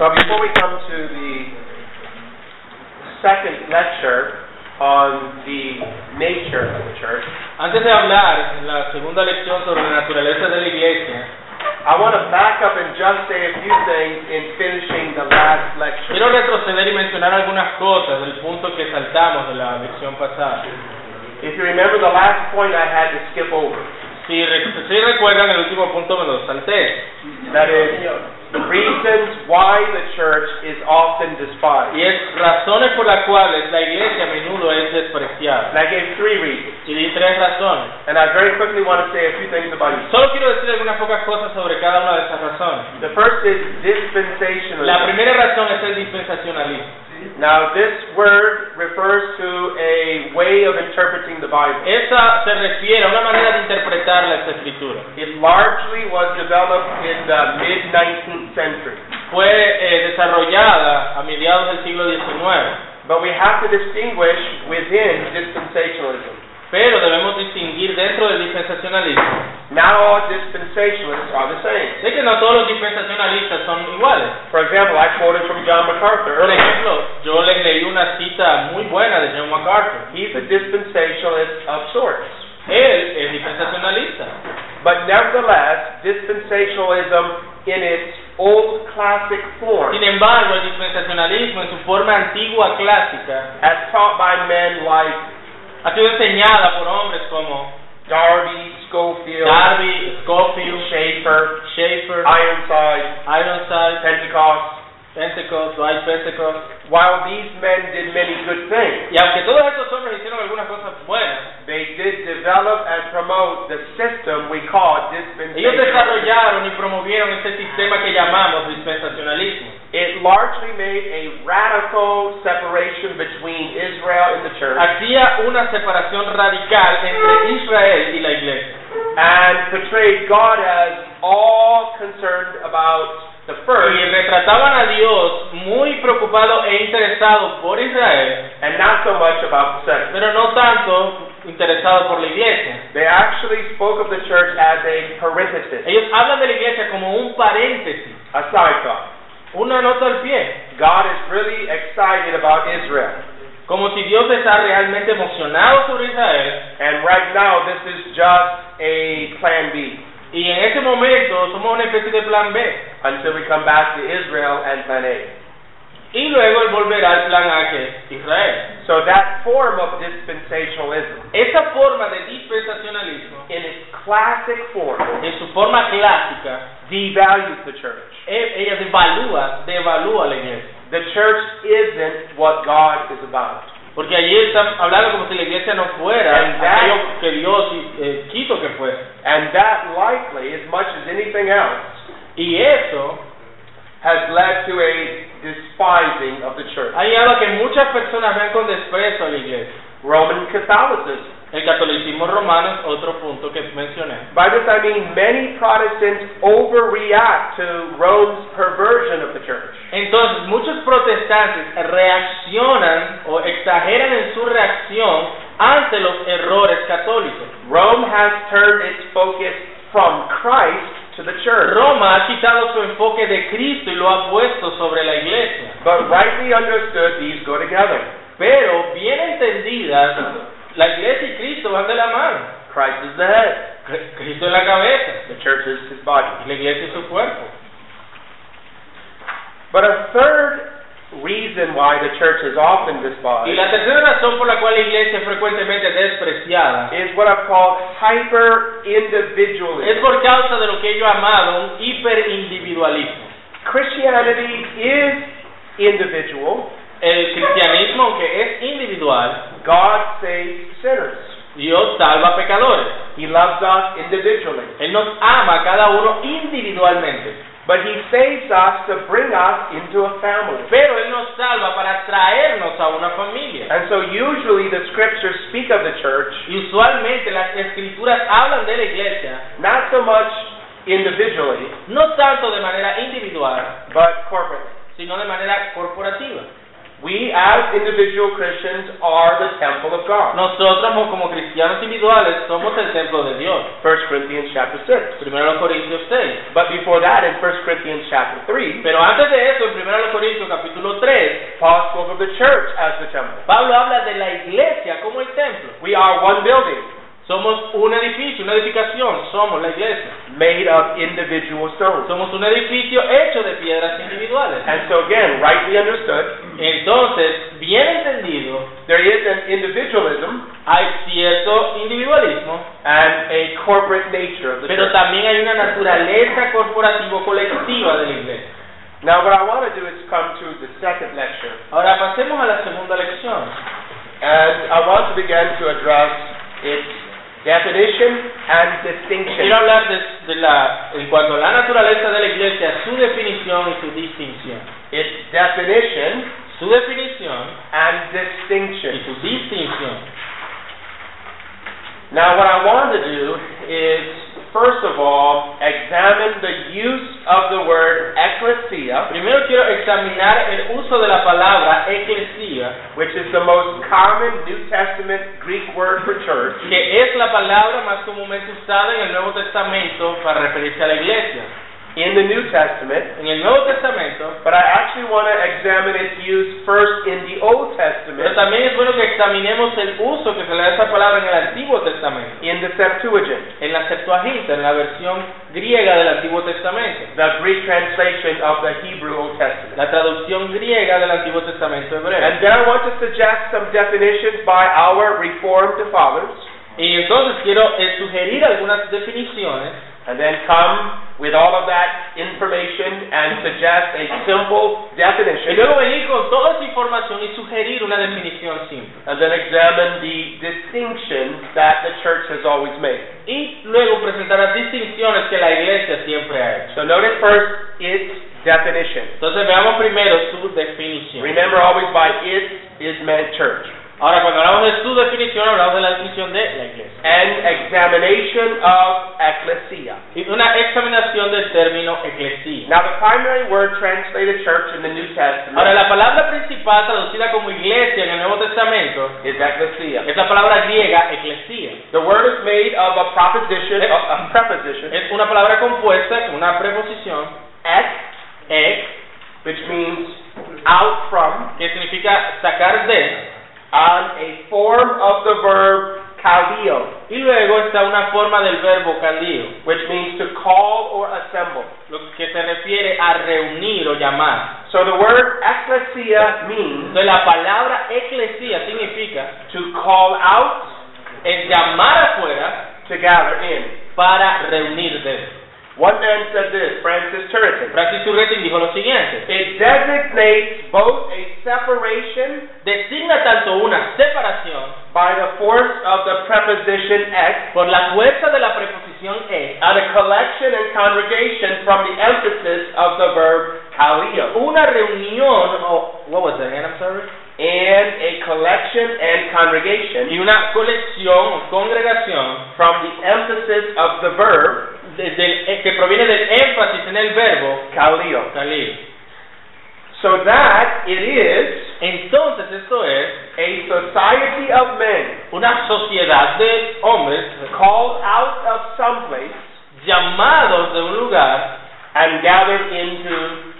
But before we come to the second lecture on the nature of the church, Antes de hablar en la segunda lección sobre la naturaleza de la iglesia, I want to back up and just say a few things in finishing the last lecture. quiero retroceder y mencionar algunas cosas del punto que saltamos de la lección pasada. If you remember the last point I had to skip over, Si, re- si recuerdan, el último punto me lo salté. that is the reasons why the church is often despised. Y es razones por las cuales la iglesia a menudo es despreciada. And I gave three reasons. Y di tres razones. And I very quickly want to say a few things about each. Solo quiero decir algunas pocas cosas sobre cada una de esas razones. The first is La dispensationalism. primera razón es el dispensacionalismo. Now, this word refers to a way of interpreting the Bible. Esa se refiere a una manera de interpretar las escrituras. It largely was developed in the mid 19th century. Fue eh, desarrollada a mediados del siglo XIX. But we have to distinguish within dispensationalism. Pero debemos distinguir dentro del dispensacionalismo Not all dispensationalists are the same. de que no todos los dispensacionalistas son iguales. For example, I quoted from John MacArthur Por earlier. ejemplo, yo les leí una cita muy buena de John MacArthur. He's a dispensationalist of sorts. Él es dispensacionalista, But nevertheless, dispensationalism in its old classic form, sin embargo, el dispensacionalismo en su forma antigua clásica as taught by men like ha sido enseñada por hombres como Darby, Schofield, Darby, Scofield, Schaefer, Schaefer, Ironside, Ironside, Pentecost. Pentecost, Dwight Pentecost. While these men did many good things, Y aunque todos estos hombres hicieron algunas cosas buenas, they did develop and promote the system we call ellos dispensation. desarrollaron y promovieron este sistema que llamamos dispensacionalismo. It largely made a radical separation between Israel and the church hacía una separación radical entre Israel y la iglesia and portrayed God as all concerned about the first y retrataban a Dios muy preocupado e interesado por Israel, and not so much about the second. pero no tanto interesado por la iglesia. They actually spoke of the church as a parenthesis, Ellos hablan de la iglesia como un paréntesis, a side thought. una nota al pie, God is really excited about Israel. como si Dios está realmente emocionado sobre Israel And right now, this is just a plan B y en ese momento somos una especie de plan B until we come back to Israel and plan A. y luego él volverá al plan A que es Israel. So that form of dispensationalism, Esa forma de dispensacionalismo, in its classic form, en su forma clásica, devalues the church. Eh, ella devalúa, devalúa la iglesia. The church isn't what God is about. Porque allí están hablando como si la iglesia no fuera Exacto. aquello que Dios eh, quiso que fuese. And that likely, as much as anything else, Y eso has led to a despising of the church. ha llevado a que muchas personas vean con desprecio a la iglesia. Roman Catholicism. El catolicismo romano es otro punto que mencioné. By this I mean many Protestants overreact to Rome's perversion of the church. Entonces, muchos protestantes reaccionan o exageran en su reacción ante los errores católicos. Rome has turned its focus from Christ to the church. Roma ha quitado su enfoque de Cristo y lo ha puesto sobre la iglesia. But rightly understood, these go together. Pero bien entendidas, la iglesia y Cristo van de la mano. Christ is the head, Cr- Cristo es la cabeza the church is his body. y la iglesia es su cuerpo. But a third reason why the church is often Y despised la tercera razón por la cual la iglesia es frecuentemente despreciada is what I've called hyper es individualism. por causa de lo que yo he llamado un hiperindividualismo. Christianity is individual, El cristianismo, aunque es individual, God saves sinners. Dios salva a pecadores. He loves us individually. Él nos ama a cada uno individualmente, But he saves us to bring us into a family. pero Él nos salva para traernos a una familia. And so usually the scriptures speak of the church Y usualmente las escrituras hablan de la iglesia not so much individually, no tanto de manera individual, but corporately. sino de manera corporativa. We, as individual Christians, are the temple of God. Nosotros mo- como cristianos individuales somos el templo de Dios. 1 Corinthians chapter 6. Primero los Corintios 6. But before that, in 1 Corinthians chapter 3, Pero antes de eso, en 1 Corintios capítulo 3, Paul spoke of the church as the temple. Pablo habla de la iglesia como el templo. We are one building Somos un edificio, una edificación, somos la iglesia. made of individual stones. Somos un edificio hecho de piedras individuales. And so, again, rightly understood, Entonces, bien entendido, there is an individualism hay cierto individualismo, and a corporate nature of the pero church. también hay una naturaleza corporativo colectiva de la iglesia. Now, what I want to do is come to the second lecture. Ahora pasemos a la segunda lección. And I want to begin to address its definition and distinction. Quiero hablar de, de la, en cuanto a la naturaleza de la iglesia, su definición y su distinción. Its definition Su definición and y distinction. su distinción. Now, what I want to do is, first of all, examine the use of the word ecclesia, Primero quiero examinar el uso de la palabra eclesia, which is the most common New Testament Greek word for church, que es la palabra más comúnmente usada en el Nuevo Testamento para referirse a la iglesia. in the New Testament. En el Nuevo Testamento, But I actually want to examine its use first in the Old pero Testament, también es bueno que examinemos el uso que se le da a esa palabra en el Antiguo Testamento, in the Septuagint, en la Septuaginta, en la versión griega del Antiguo Testamento, the Greek translation of the Hebrew Old Testament. la traducción griega del Antiguo Testamento hebreo. And then I want to suggest some definitions by our Reformed fathers, Y entonces quiero eh, sugerir algunas definiciones and then come with all of that information and suggest a simple Y definition, luego venir con toda esa información y sugerir una definición simple. and then examine the distinctions that the church has always made. Y luego presentar las distinciones que la iglesia siempre ha hecho. So notice first its definition. Entonces veamos primero su definición. Remember always by it is meant church. Ahora, cuando hablamos de su definición, hablamos de la definición de la iglesia. An examination of ecclesia. Y una examinación del término eclesia. Now the primary word translated church in the New Ahora, Testament la palabra principal traducida como iglesia en el Nuevo Testamento is ecclesia. es la palabra griega eclesia. The word is made of a proposition, a, a preposition, Es una palabra compuesta con una preposición, ex, ex, which means out from, que significa sacar de, on a form of the verb kaleo, Y luego está una forma del verbo caldío, which means to call or assemble. lo que se refiere a reunir o llamar. So the word ecclesia means Entonces la palabra eclesia significa to call out, el llamar afuera to gather in. para reunir dentro. One man said this, Francis Turretin. Francis Turretin dijo lo siguiente, It designates both a separation designa tanto una separación by the force of the preposition ex por la fuerza de la preposición e, es, and a collection and congregation from the emphasis of the verb kaleo. una reunión o, what was that again, I'm sorry? and a collection and congregation y una colección o congregación from the emphasis of the verb desde el- que proviene del énfasis en el verbo kaleo. caldío. So that it is Entonces esto es a society of men una sociedad de hombres called out of someplace llamados de un lugar and gathered into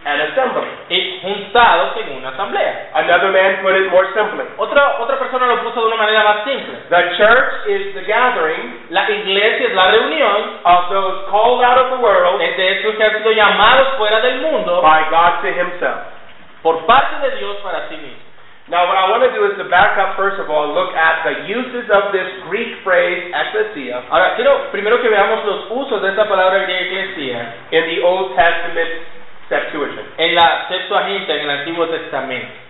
an assembly. y juntados en una asamblea. Another man put it more simply. Otra, otra persona lo puso de una manera más simple. The church is the gathering La iglesia es la reunión of those called out of the world de de esos que han sido llamados fuera del mundo by God to himself. por parte de Dios para sí mismo. Now, what I want to do is to back up first of all and look at the uses of this Greek phrase ekklesia Ahora, quiero primero que veamos los usos de esta palabra griega iglesia in the Old Testament Septuagint. en la Septuaginta, en el Antiguo Testamento.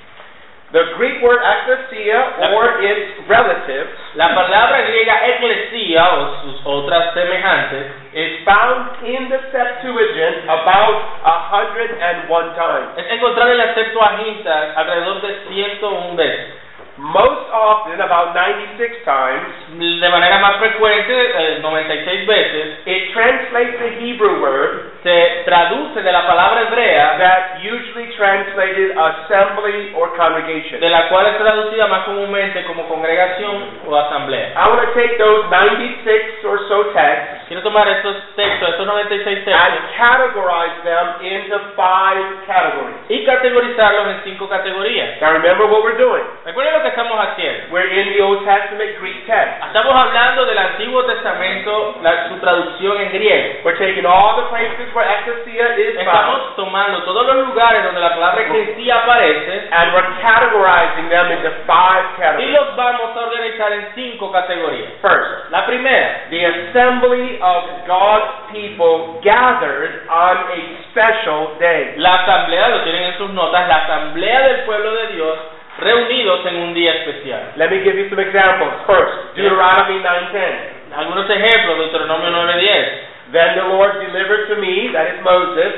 The Greek word ekklesia or its relatives La palabra griega eclesia o sus otras semejantes is found in the Septuagint about 101 times. Es encontrar en la Septuaginta alrededor de 101 veces. Most often, about 96 times, De manera más frecuente, eh, 96 veces, it translates the Hebrew word se traduce de la palabra hebrea that usually translated assembly or de congregation. la cual es traducida más comúnmente como congregación o asamblea. I want to take those 96 or so texts Quiero tomar estos textos, estos 96 and textos, categorize them into five categories. y categorizarlos en cinco categorías. Now remember what we're doing. Recuerden lo que estamos haciendo. We're in the Old Testament Greek text. Estamos hablando del Antiguo Testamento, la- su traducción en griego. We're taking all the places where ecclesia is found Estamos tomando todos los lugares donde la palabra eclesía aparece and we're categorizing them into five y categories. los vamos a organizar en cinco categorías. First, La primera, the assembly of God's people gathered on a special day. la asamblea, lo tienen en sus notas, la asamblea del pueblo de Dios reunidos en un día especial. Let me give you some examples. First, Deuteronomy 9:10. Algunos ejemplos, Deuteronomio 9.10. Then the Lord delivered to me, that is Moses,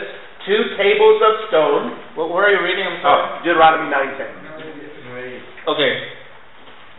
two tables of stone. What were you reading? I'm sorry. Oh, Deuteronomy 9:10. Okay.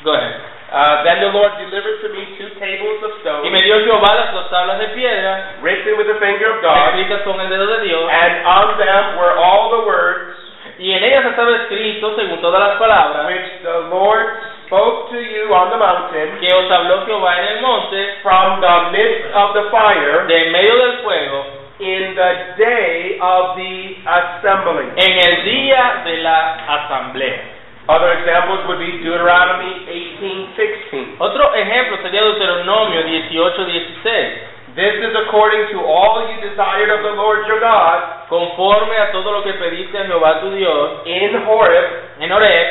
Go ahead. Uh, then the Lord delivered to me two tables of Y stone, me dio Jehová las dos tablas de piedra, written with the finger of God, escritas con el dedo de Dios, and on them were all the words y en ellas estaba escrito, según todas las palabras, which the Lord spoke to you on the mountain que os habló Jehová en el monte, from the midst of the fire de en medio del fuego, in the day of the assembly. en el día de la asamblea. Other examples would be Deuteronomy 18:16. Otro ejemplo sería Deuteronomio 18:16. This is according to all you desired of the Lord your God Conforme a todo lo que pediste a Jehová tu Dios, in Horeb en Oreb,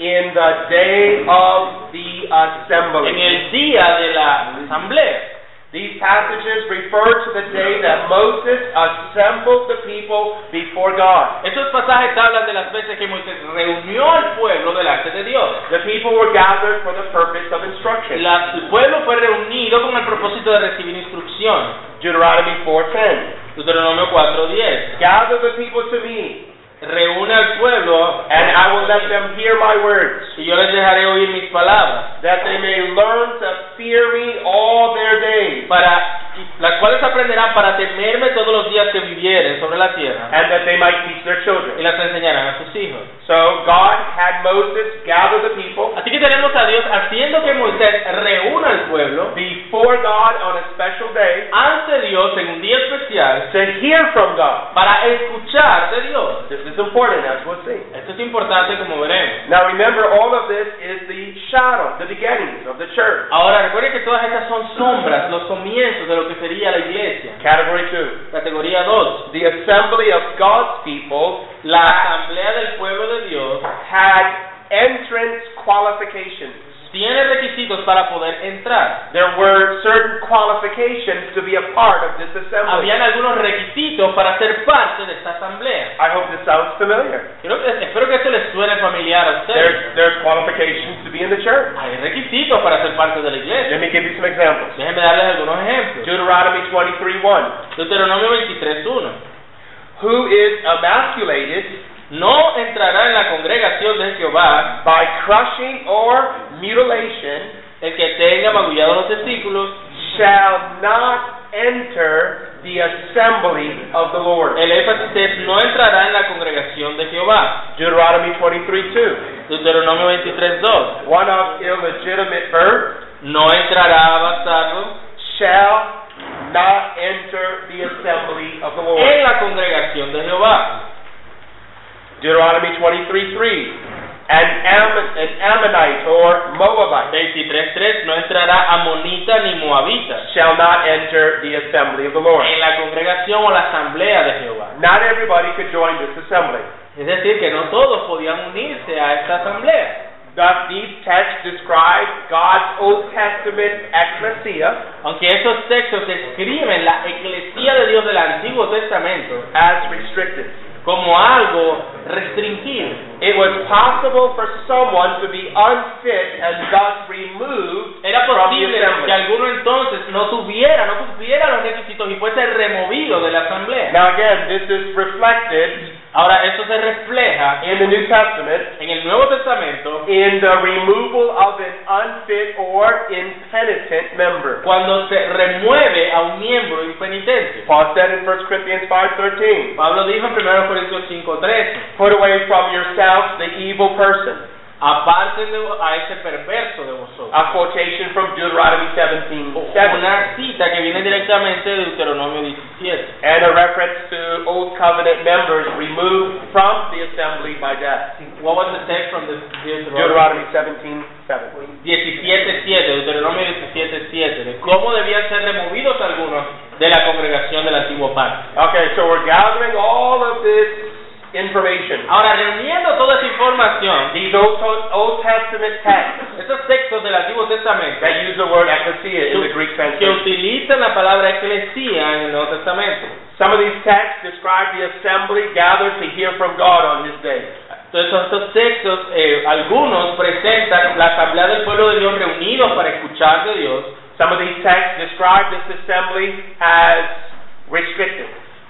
in the day of the en assembly. el día de la asamblea. These passages refer to the day that Moses assembled the people before God. Estos pasajes hablan de las veces que Moisés reunió al pueblo delante de Dios. The people were gathered for the purpose of instruction. La- el pueblo fue reunido con el propósito de recibir instrucción. Deuteronomy 4:10. Deuteronomio 4:10. Gather the people to me, Reúne al pueblo and I will let them hear my words, y yo les dejaré oír mis palabras, that they may learn to fear me all their days, para las cuales aprenderán para temerme todos los días que vivieren sobre la tierra and that they might teach their y children. las enseñarán a sus hijos. So God had Moses gather the people Así que tenemos a Dios haciendo que Moisés reúna al pueblo before God on a special day ante Dios en un día especial to hear from God. para escuchar de Dios. This is important, as we'll see. Esto es importante como veremos. Now remember, all of this is the shadow, the beginnings of the church. Ahora, recuerden que todas estas son sombras, los comienzos de lo que sería la iglesia. Category 2. Categoría 2. The assembly of God's people La asamblea del pueblo de Dios had entrance qualifications. tiene requisitos para poder entrar. There were certain qualifications to be a part of this assembly. Habían algunos requisitos para ser parte de esta asamblea. I hope this sounds familiar. Creo que- espero que esto les suene familiar a ustedes. There's, there's qualifications to be in the church. Hay requisitos para ser parte de la iglesia. Let me give you some examples. Déjenme darles algunos ejemplos. Deuteronomy 23:1. Deuteronomio 23.1. Who is emasculated No entrará en la congregación de Jehová by crushing or mutilation el que tenga magullados los testículos shall not enter the assembly of the Lord. El énfasis es, no entrará en la congregación de Jehová. Deuteronomy 23:2. Deuteronomio 23.2. One of illegitimate birth No entrará bastardo shall not enter the assembly of the Lord. en la congregación de Jehová. Deuteronomy 23:3. An, Am- an Ammonite or Moabite 23.3. No entrará amonita ni moabita shall not enter the assembly of the Lord. en la congregación o la asamblea de Jehová. Not everybody could join this assembly. Es decir, que no todos podían unirse a esta asamblea. Thus, these texts describe God's Old Testament ecclesia Aunque estos textos describen la eclesía de Dios del Antiguo Testamento as restricted. como algo restringido. eh, It was possible for someone to be unfit and thus removed Era from the posible que assembly. alguno entonces no tuviera, no cumpliera los requisitos y fuese removido de la asamblea. Now again, this is reflected Ahora, esto se refleja in the New Testament en el Nuevo Testamento miembro in the removal of an unfit or impenitent member. cuando se remueve a un miembro impenitente. Paul said in 1 Corinthians 5:13, Pablo dijo en 1 Corintios 5:13, "Put away from yourselves the evil person." aparten de vo- a ese perverso de vosotros. A quotation from Deuteronomy 17:7 Una cita que viene directamente de Deuteronomio 17 and a reference to old covenant members removed from the assembly by death. What was the text from the Deuteronomy? Deuteronomy 17:7. 17.7, Deuteronomio 17.7, de cómo debían ser removidos algunos de la congregación del antiguo pacto. Okay, so we're gathering all of this information. Ahora, reuniendo toda esa información, These Old, Old Testament texts estos textos del Antiguo Testamento that use the word ecclesia in the Greek que translation. utilizan la palabra eclesía en el Nuevo Testamento, Some of these texts describe the assembly gathered to hear from God on His day. entonces estos textos, eh, algunos presentan la asamblea del pueblo de Dios reunidos para escuchar de Dios, Some of these texts describe this assembly as restricted.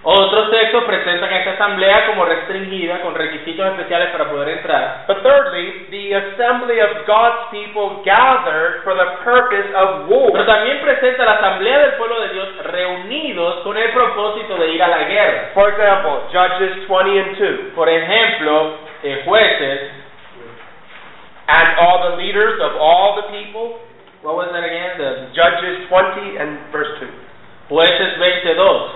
otros textos presentan esta asamblea como restringida, con requisitos especiales para poder entrar, But thirdly, the assembly of God's people gathered for the purpose of war. Pero también presenta la asamblea del pueblo de Dios reunidos con el propósito de ir a la guerra. For example, Judges 20 and 2. Por ejemplo, eh, jueces, And all the leaders of all the people what was that again? The- Judges 20 and verse 2. jueces 22.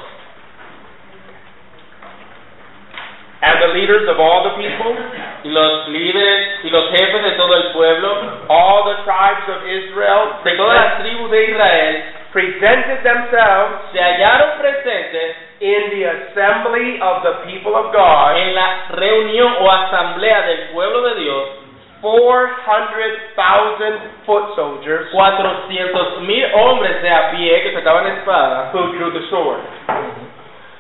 And the leaders of all the people, Y los líderes y los jefes de todo el pueblo, all the tribes of Israel, de todas las tribus de Israel, presented themselves se hallaron presentes in the assembly of the people of God, en la reunión o asamblea del pueblo de Dios, 400,000 foot soldiers 400 mil hombres de a pie que sacaban espadas. who drew the sword.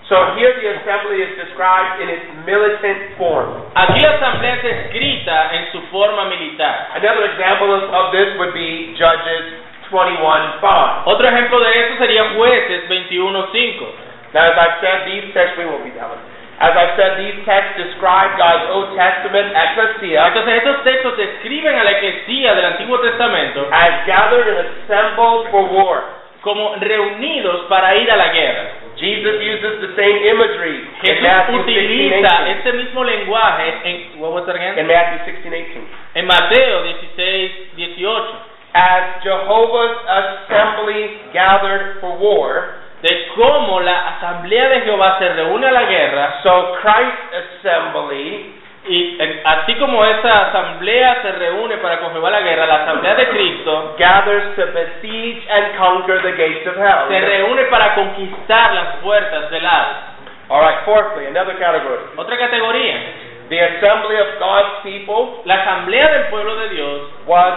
So here the assembly is described in its militant form. Aquí la asamblea es escrita en su forma militar. Another example of, of this would be Judges 21:5. Otro ejemplo de eso sería Jueces 21.5. Now, as I've said, these texts, we won't be that one. As I've said, these texts describe God's Old Testament ecclesia Entonces ¿ah? estos textos describen a la eclesía del Antiguo Testamento as gathered and assembled for war. como reunidos para ir a la guerra. Jesus uses the same imagery in Jesús Matthew utiliza 16, este mismo lenguaje en, what was that 18, in again? Matthew 16, 18. en Mateo 16, 18, As Jehovah's assembly gathered for war, de cómo la asamblea de Jehová se reúne a la guerra so Christ's assembly y eh, así como esa asamblea se reúne para conjugar la guerra, la asamblea de Cristo gathers to besiege and conquer the gates of hell. se reúne para conquistar las puertas del Hades. All right, fourthly, another category. Otra categoría, The assembly of God's people la asamblea del pueblo de Dios was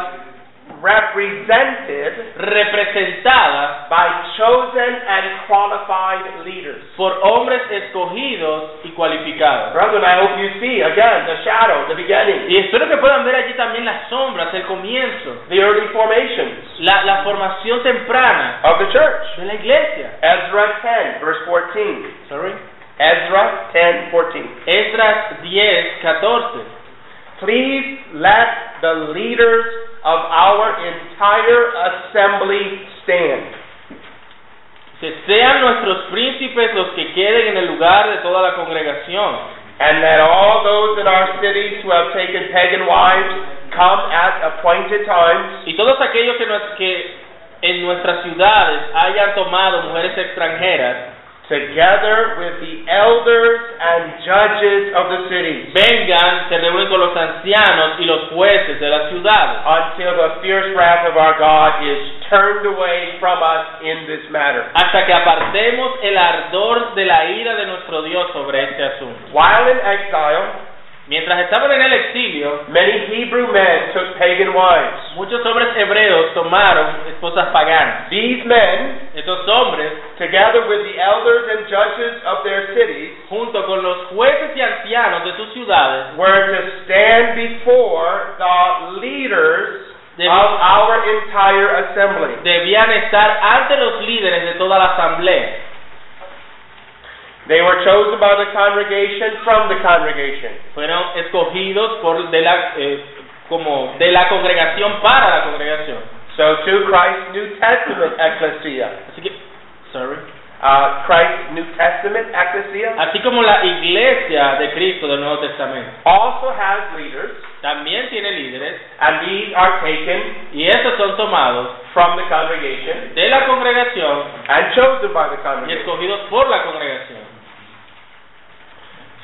represented representada by chosen and qualified leaders. por hombres escogidos y cualificados. Brethren, I hope you see again the shadow, the beginning, Y espero que puedan ver allí también las sombras, el comienzo, the early formations la, la formación temprana of the church. de la iglesia. Ezra 10, verse 14. Sorry. Ezra 10, 14. Esdras 10, 14. Please let the leaders of our entire assembly stand. Que sean nuestros príncipes los que queden en el lugar de toda la congregación. And let all those in our cities who have taken pagan wives come at appointed times Y todos aquellos que, nos- que en nuestras ciudades hayan tomado mujeres extranjeras together with the elders and judges of the cities, Vengan, se reúnen con los ancianos y los jueces de las ciudades, until the fierce wrath of our God is turned away from us in this matter. hasta que apartemos el ardor de la ira de nuestro Dios sobre este asunto. While in exile, Mientras estaban en el exilio, many Hebrew men took pagan wives. muchos hombres hebreos tomaron esposas paganas. These men, Estos hombres, together with the elders and judges of their cities, junto con los jueces y ancianos de sus ciudades, were to stand before the leaders of Debían- our entire assembly. debían estar ante los líderes de toda la asamblea. They were chosen by the congregation from the congregation. Fueron escogidos por de la, eh, como de la congregación para la congregación. So to Christ's New Testament ecclesia. Así que, sorry. Uh, Christ's New Testament ecclesia Así como la iglesia de Cristo del Nuevo Testamento also has leaders, también tiene líderes and these are taken y estos son tomados from the congregation de la congregación and chosen by the y congregation. escogidos por la congregación.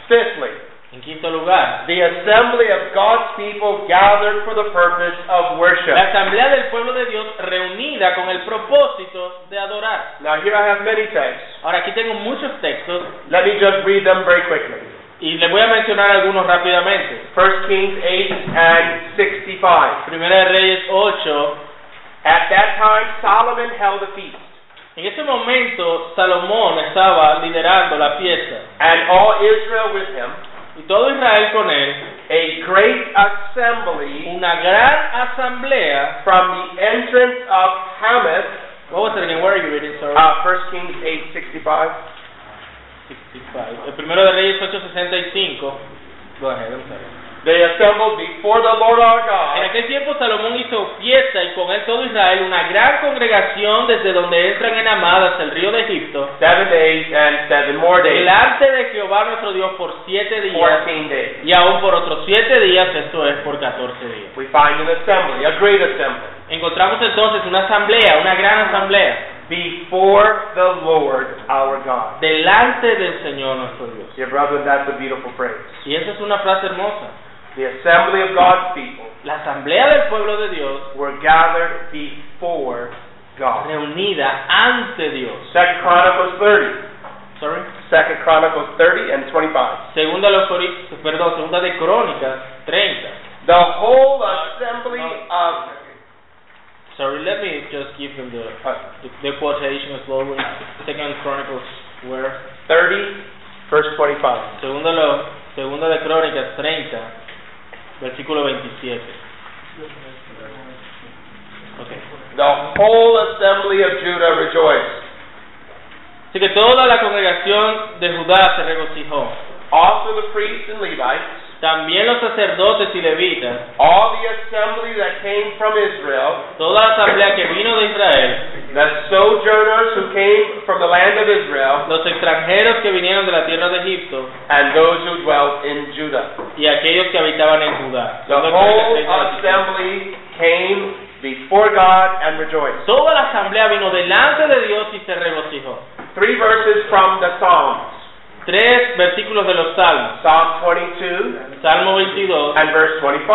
Fifthly, En quinto lugar, the assembly of God's people gathered for the purpose of worship. la asamblea del pueblo de Dios reunida con el propósito de adorar. Now here I have many texts. Ahora aquí tengo muchos textos Let me just read them very quickly. y les voy a mencionar algunos rápidamente. 1 Kings 8 and 65. Primera de Reyes 8. At that time Solomon held a feast, En ese momento Salomón estaba liderando la fiesta and all Israel with him, y todo Israel con él, a great assembly una gran asamblea. from the entrance of Hamath. What was it again? Where are you reading? Sorry. Uh, 1 Kings 8 65. 65. El primero de Reyes 865. Go ahead, I'm sorry. They assembled before the Lord our En God, aquel tiempo Salomón hizo fiesta y con él todo Israel, una gran congregación desde donde entran en Amadas el río de Egipto, seven days and seven more days, delante de Jehová nuestro Dios por siete días 14 days. y aún por otros siete días, esto es por catorce días. We find an assembly, a great assembly, Encontramos entonces una asamblea, una gran asamblea, before the Lord our God. delante del Señor nuestro Dios. Dear brethren, that's a beautiful phrase. Y esa es una frase hermosa. The assembly of God's people La asamblea del pueblo de Dios were gathered before God. reunida ante Dios. Second Chronicles 30. Sorry. Second Chronicles 30 and 25. Segunda, los Cori- perdón, segunda de Crónicas 30. The whole assembly of Sorry, let me just give him the uh, the, the quotation slowly. Second Chronicles where 30 verse 25. segunda lo, segunda de Crónicas 30 versículo 27. Okay. The whole assembly of Judah rejoiced. Así que toda la congregación de Judá se regocijó. Also the priests and Levites, También los sacerdotes y levitas, all the assembly that came from Israel, toda la asamblea que vino de Israel, the sojourners who came from the land of Israel, los extranjeros que vinieron de la tierra de Egipto and those who dwelt in Judah. y aquellos que habitaban en Judá. The Segunda whole Crónicas 30, 27. assembly came before God and rejoiced. Toda la asamblea vino delante de Dios y se regocijó. Three verses from the Psalms Tres versículos de los Salmos. Psalm 22 Salmo 22, and verse 25.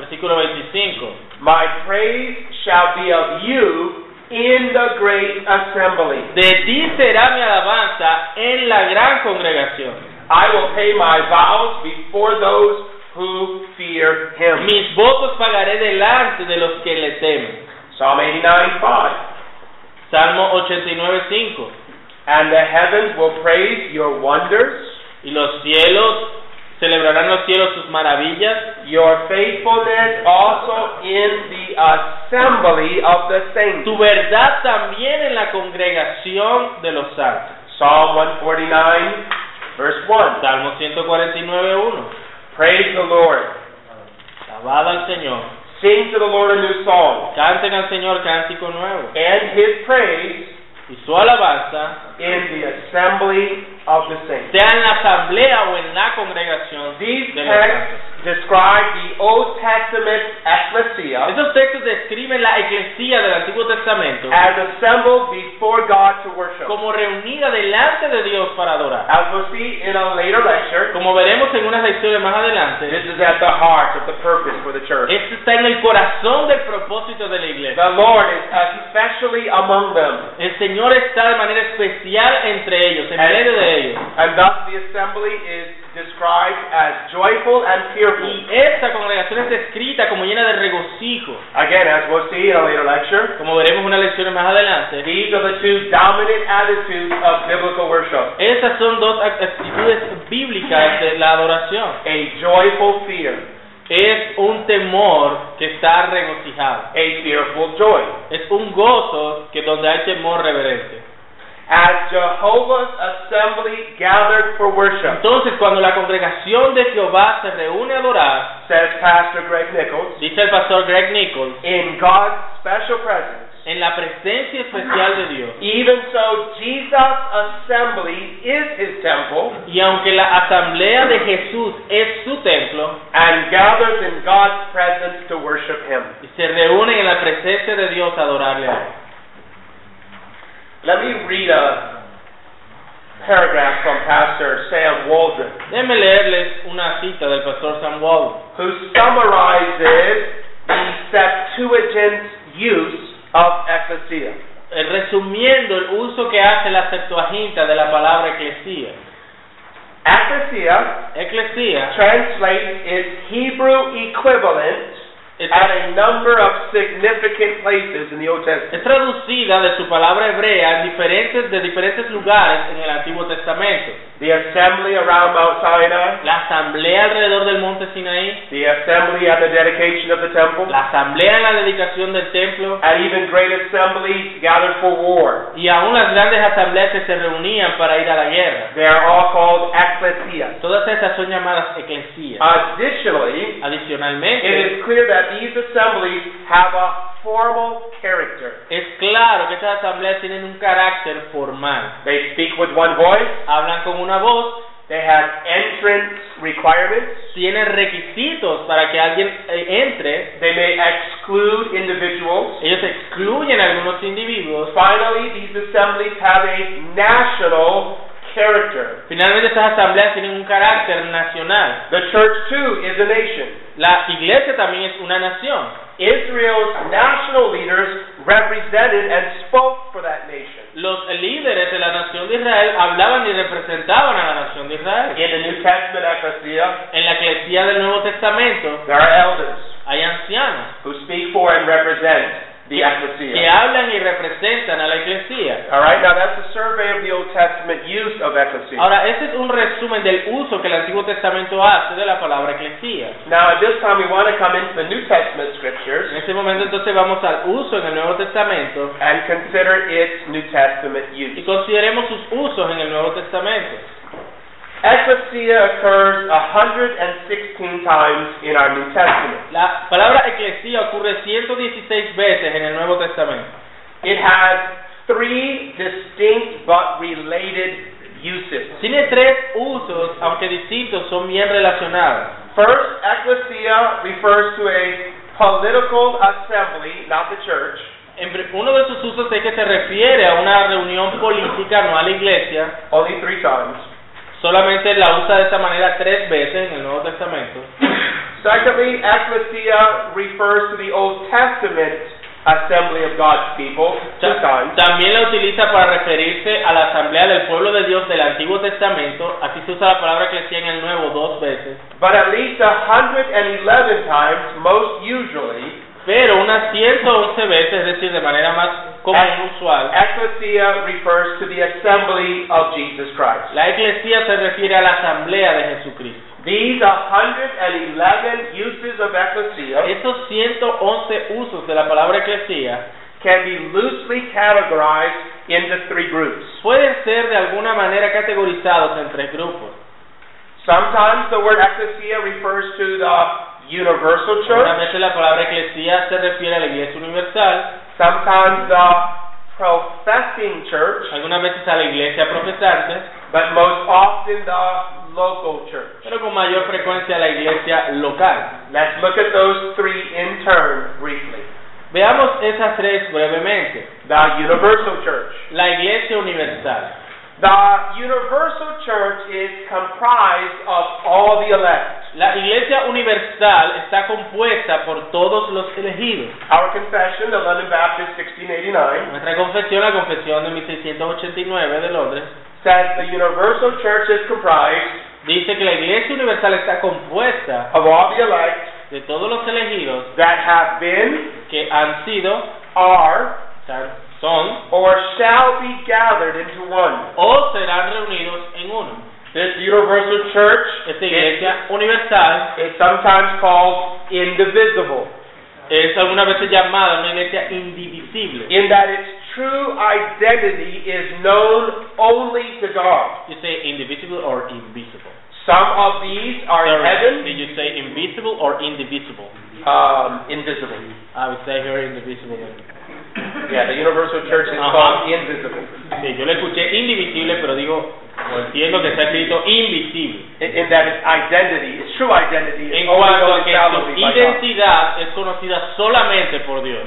versículo 25. My praise shall be of you in the great assembly. De ti será mi alabanza en la gran congregación. I will pay my vows before those who fear him. Mis votos pagaré delante de los que le temen. Psalm 89 5. Salmo 89, 5. And the heavens will praise your wonders, Y los cielos, celebrarán los cielos sus maravillas, your faithfulness also in the assembly of the saints. tu verdad también en la congregación de los santos. Psalm 149, verse 1. Salmo 149, 1. Praise the Lord. Alabado al Señor. Sing to the Lord a new song, Canten al Señor cántico nuevo. and his praise Y su alabanza, in the assembly of the saints. sea en la asamblea o en la congregación These de los santos. texts describe the Old Testament ecclesia Estos textos describen la eclesía del Antiguo Testamento as assembled before God to worship. como reunida delante de Dios para adorar. As we'll see in a later lecture, Como veremos en unas lecciones más this adelante, is at the heart of the purpose for the church. esto está en el corazón del propósito de la iglesia. The Lord is especially among them, El Señor está de manera especial entre ellos, en medio de ellos. and thus the assembly is described as joyful and fearful. Y esta congregación es descrita como llena de regocijo. Again, as we'll see in a later lecture, Como veremos en unas lecciones más adelante, These are the two dominant attitudes of biblical worship Esas son dos act- actitudes bíblicas de la adoración. a joyful fear, Es un temor que está regocijado. a fearful joy. Es un gozo que donde hay temor reverente. as Jehovah's assembly gathered for worship, Entonces, cuando la congregación de Jehová se reúne a adorar, says Pastor Greg Nichols, dice el pastor Greg Nichols, in God's special presence. en la presencia especial de Dios. Even so, Jesus' assembly is his temple Y aunque la asamblea de Jesús es su templo and gathers in God's presence to worship him. y se reúnen en la presencia de Dios a adorarle a Él. Let me read a paragraph from Pastor Sam Waldron, Déjenme leerles una cita del pastor Sam Walden, who summarizes the Septuagint's use of ecclesia. eh, resumiendo el uso que hace la Septuaginta de la palabra eclesía. Ecclesia Eclesía translates its Hebrew equivalent es, at a number of significant places in the Old Testament. es traducida de su palabra hebrea en diferentes, de diferentes lugares en el Antiguo Testamento. The assembly around Mount Sinai, La asamblea alrededor del monte Sinaí, the assembly at the dedication of the temple, la asamblea en la dedicación del templo and even great assemblies gathered for war. y aún las grandes asambleas que se reunían para ir a la guerra. They are all called ecclesia. Todas estas son llamadas eclesías. Ah. Additionally, it Adicionalmente, is clear that these assemblies have a formal character. es claro que estas asambleas tienen un carácter formal. They speak with one voice, Hablan con una voz, they have entrance requirements, tienen requisitos para que alguien eh, entre, they may exclude individuals. ellos excluyen a algunos individuos. Finally, these assemblies have a national character. Finalmente, estas asambleas tienen un carácter nacional. The church, too, is a nation. La iglesia también es una nación. Israel's national leaders represented and spoke for that nation. Los líderes de la nación de Israel hablaban y representaban a la nación de Israel. In the New Testament ecclesia, En la eclesía del Nuevo Testamento there are elders hay ancianos who speak for and represent the ecclesia. que hablan y representan a la eclesía. All right, now that's a survey of the Old Testament use of ecclesia. Ahora, este es un resumen del uso que el Antiguo Testamento hace de la palabra eclesía. Now, at this time, we want to come into the New Testament En scriptures este momento entonces vamos al uso en el Nuevo Testamento and consider its New Testament y use. consideremos sus usos en el Nuevo Testamento. Ecclesia occurs 116 times in our New Testament. La palabra eclesía ocurre 116 veces en el Nuevo Testamento. It has three distinct but related uses. Tiene tres usos, aunque distintos, son bien relacionados. First, ecclesia refers to a political assembly, not the church, En pr- Uno de sus usos es que se refiere a una reunión política, no a la iglesia. only three times. Solamente la usa de esta manera tres veces en el Nuevo Testamento. Secondly, ecclesia refers to the Old Testament assembly of God's people, two Ta- times. También la utiliza para referirse a la asamblea del pueblo de Dios del Antiguo Testamento, así se usa la palabra eclesía en el Nuevo dos veces, But at least 111 times, most usually, pero unas 111 veces, es decir, de manera más común usual, ecclesia refers to the assembly of Jesus Christ. la eclesía se refiere a la asamblea de Jesucristo. These 111 uses of ecclesia Estos 111 usos de la palabra eclesía can be loosely categorized into three groups. pueden ser de alguna manera categorizados en tres grupos. Sometimes the word ecclesia refers to the universal Una church. vez la palabra eclesía se refiere a la iglesia universal, Sometimes the professing church, algunas veces a la iglesia profesante, but most often the local church. pero con mayor frecuencia a la iglesia local. Let's look at those three in turn briefly. Veamos esas tres brevemente. The universal church. La iglesia universal. The universal church is comprised of all the elect. La iglesia universal está compuesta por todos los elegidos. Our confession, the London Baptist 1689, Nuestra confesión, la confesión de 1689 de Londres, says the universal church is comprised dice que la iglesia universal está compuesta of all the elect de todos los elegidos that have been, que han sido, are, son or shall be gathered into one. o serán reunidos en uno. This universal church Esta is iglesia universal is sometimes called indivisible, es algunas veces llamada una iglesia indivisible, in that its true identity is known only to God. You say indivisible or invisible? Some of these are in Sorry, heaven, Did you say invisible or indivisible? um, invisible. I would say here indivisible. Yeah, the universal church is Uh-huh. called invisible. Sí, yo le escuché indivisible, pero digo, o Pues entiendo que está escrito invisible. In, in that its identity, its true identity, is En only cuanto a known que infallibly su by God. identidad es conocida solamente por Dios.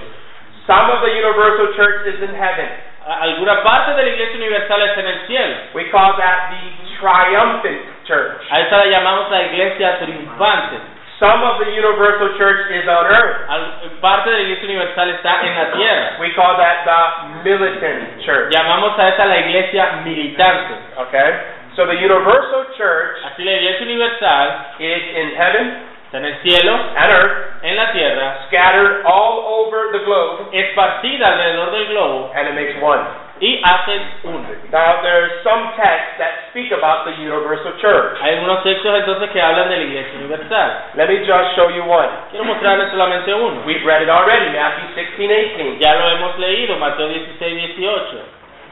Some of the universal church is in heaven. A- Alguna parte de la Iglesia Universal está en el cielo. We call that the triumphant church. A esa la llamamos la Iglesia triunfante. Some of the universal church is on earth. Al- parte de la Iglesia Universal está en la tierra. We call that the militant church. Llamamos a esa la Iglesia militante. Okay? So the universal church Así la Iglesia Universal is in heaven está en el cielo, and earth, en la tierra, scattered all over the globe, esparcida alrededor del globo and it makes one. y hacen uno. Now, there's some texts that speak about the universal church. Hay algunos textos entonces que hablan de la Iglesia Universal. Let me just show you one. Quiero mostrarles solamente uno. We've read it already, Matthew 16, 18. Ya lo hemos leído, Mateo 16, 18.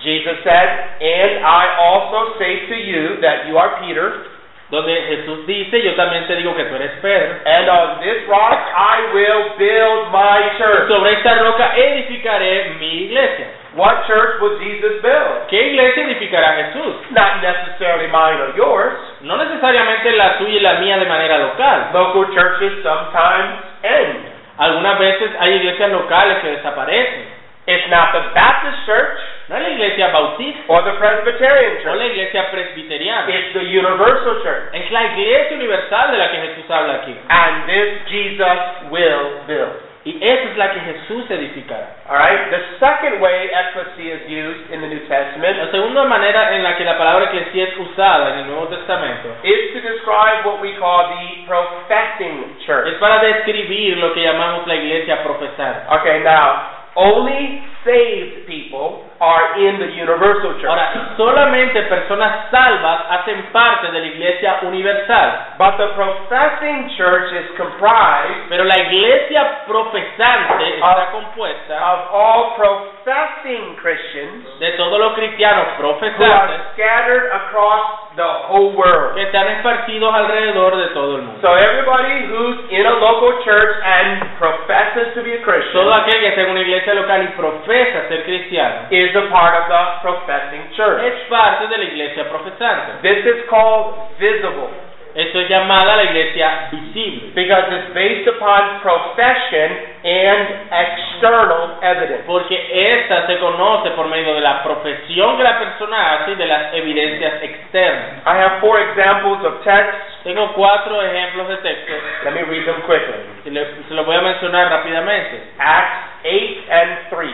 Jesus said, And I also say to you that you are Peter, Donde Jesús dice, yo también te digo que tú eres Pedro. and on this rock I will build my Y church. sobre esta roca edificaré mi iglesia. What church will Jesus build? ¿Qué iglesia edificará Jesús? Not necessarily mine or yours. No necesariamente la tuya y la mía de manera local. Local churches sometimes end. Algunas veces hay iglesias locales que desaparecen. It's not the Baptist church No es la iglesia bautista or the Presbyterian no es church. la iglesia presbiteriana. It's the universal church. Es la iglesia universal de la que Jesús habla aquí. And this Jesus will build. Y esa es la que Jesús edificará. Alright? The second way ecclesia is used in the New La Testament segunda manera en la que la palabra eclesía es usada en el Nuevo Testamento is to describe what we call the professing es church. para describir lo que llamamos la iglesia profesar. Okay, now, only saved people are in the universal church. Ahora, solamente personas salvas hacen parte de la iglesia universal, But the professing church is comprised pero la iglesia profesante está compuesta of all professing Christians de todos los cristianos who profesantes are scattered across the whole world. que están esparcidos alrededor de todo el mundo. So everybody who's in a local church and professes to be a Christian Todo aquel que está en una iglesia local y profesa ser cristiano is a part of the professing church. es parte de la iglesia profesante. This is called visible Esto es llamada la iglesia visible. because it's based upon profession and external evidence. Porque esta se conoce por medio de la profesión que la persona hace y de las evidencias externas. I have four examples of texts. Tengo cuatro ejemplos de textos Let me read them quickly. y le- se los voy a mencionar rápidamente. Acts 8 and 3.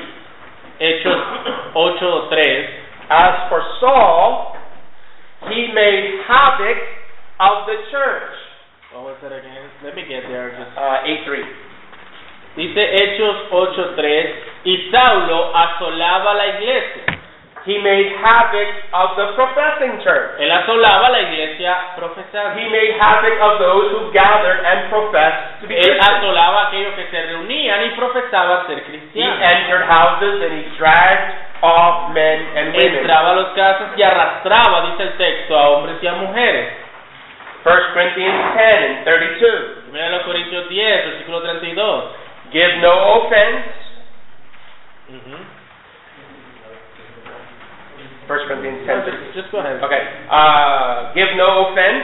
Hechos 8.3 As for Saul, he made havoc of the church. What was that again? Let me get there just- Uh, 8 3. Dice Hechos 8.3 Y Saulo asolaba la iglesia. He made havoc of the professing church. Él asolaba la iglesia profesante. He made havoc of those who gathered and professed to be Él Christians. asolaba a aquellos que se reunían y profesaban ser He cristianos. entered houses and he dragged off men and women. entraba a los casos y arrastraba, dice el texto, a hombres y a mujeres. 1 Corinthians 10 and 32. Primera de los Corintios 10, versículo 32. Give no offense. Ujú. 1 Corinthians 10 32. Just- just go ahead. Okay. Uh, give no offense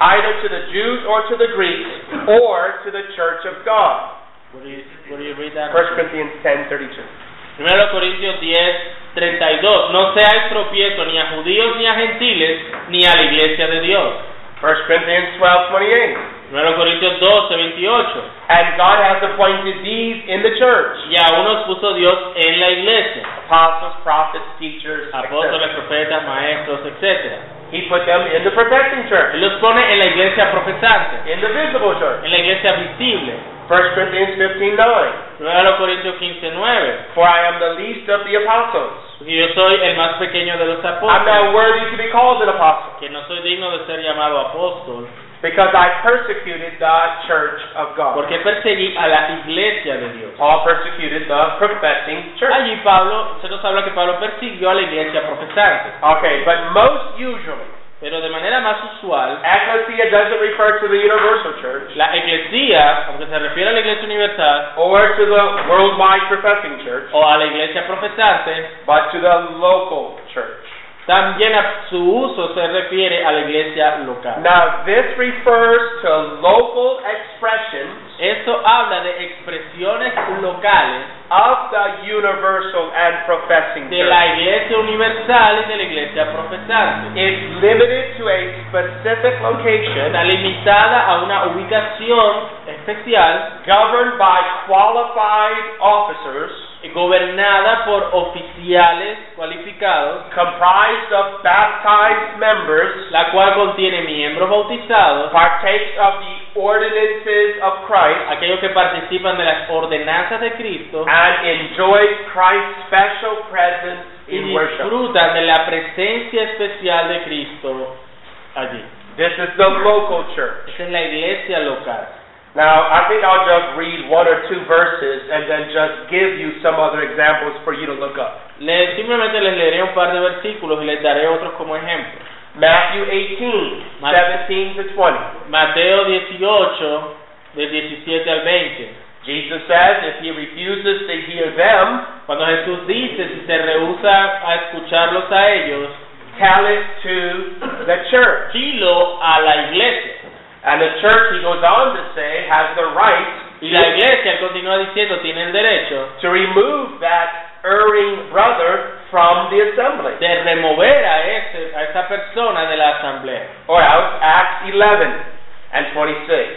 either to the Jews or to the Greeks or to the church of God. What do you- what do you read that? 1 Corinthians 10 32. Primera de los Corintios 10, 32. No seáis tropiezo ni a judíos ni a gentiles ni a la iglesia de Dios. 1 Corinthians 12 28. Primera de los Corintios 12, 28. And God has appointed these in the church Y a unos puso Dios en la iglesia. apostles, prophets, teachers, etc. Apóstoles, profetas, maestros, etc. He put them in the perfecting church, Él los pone en la iglesia profesante, in the visible church. en la iglesia visible. 1 Corinthians 15 9. Primera de los Corintios 15, 9. For I am the least of the apostles. Porque yo soy el más pequeño de los I'm apóstoles, not worthy to be called an apostle. que no soy digno de ser llamado apóstol, because I persecuted the church of God. porque perseguí a la iglesia de Dios. Paul persecuted the professing church. Allí Pablo, se nos habla que Pablo persiguió a la iglesia profesante, Okay, but most usually, pero de manera más usual, ecclesia doesn't refer to the universal church la iglesia, aunque se refiere a la iglesia universal or to the worldwide professing church, o a la iglesia profesante, but to the local church. también a su uso se refiere a la iglesia local. Now, this refers to local expressions Esto habla de expresiones locales of the universal and professing de la church. iglesia universal y de la iglesia profesante. It's limited to a specific location Está limitada a una ubicación especial governed by qualified officers, eh, gobernada por oficiales cualificados, comprised of baptized members, la cual contiene miembros bautizados, partakes of the ordinances of Christ, aquellos que participan de las ordenanzas de Cristo and enjoys Christ's special presence y in worship. disfrutan de la presencia especial de Cristo allí. This is the local church. Esa es la iglesia local. Now, I think I'll just read one or two verses and then just give you some other examples for you to look up. Le- simplemente les leeré un par de versículos y les daré otros como ejemplo. Matthew 18, Mat- 17 to 20. Mateo 18, del 17 al 20. Jesus says, if he refuses to hear them, Cuando Jesús dice, si se rehúsa a escucharlos a ellos, tell it to the church. dilo a la iglesia. And the church, he goes on to say, has the right Y la iglesia, él continúa diciendo, tiene el derecho to remove that erring brother from the assembly. de remover a, ese, a esa persona de la asamblea. Or else, Acts 11 and 26.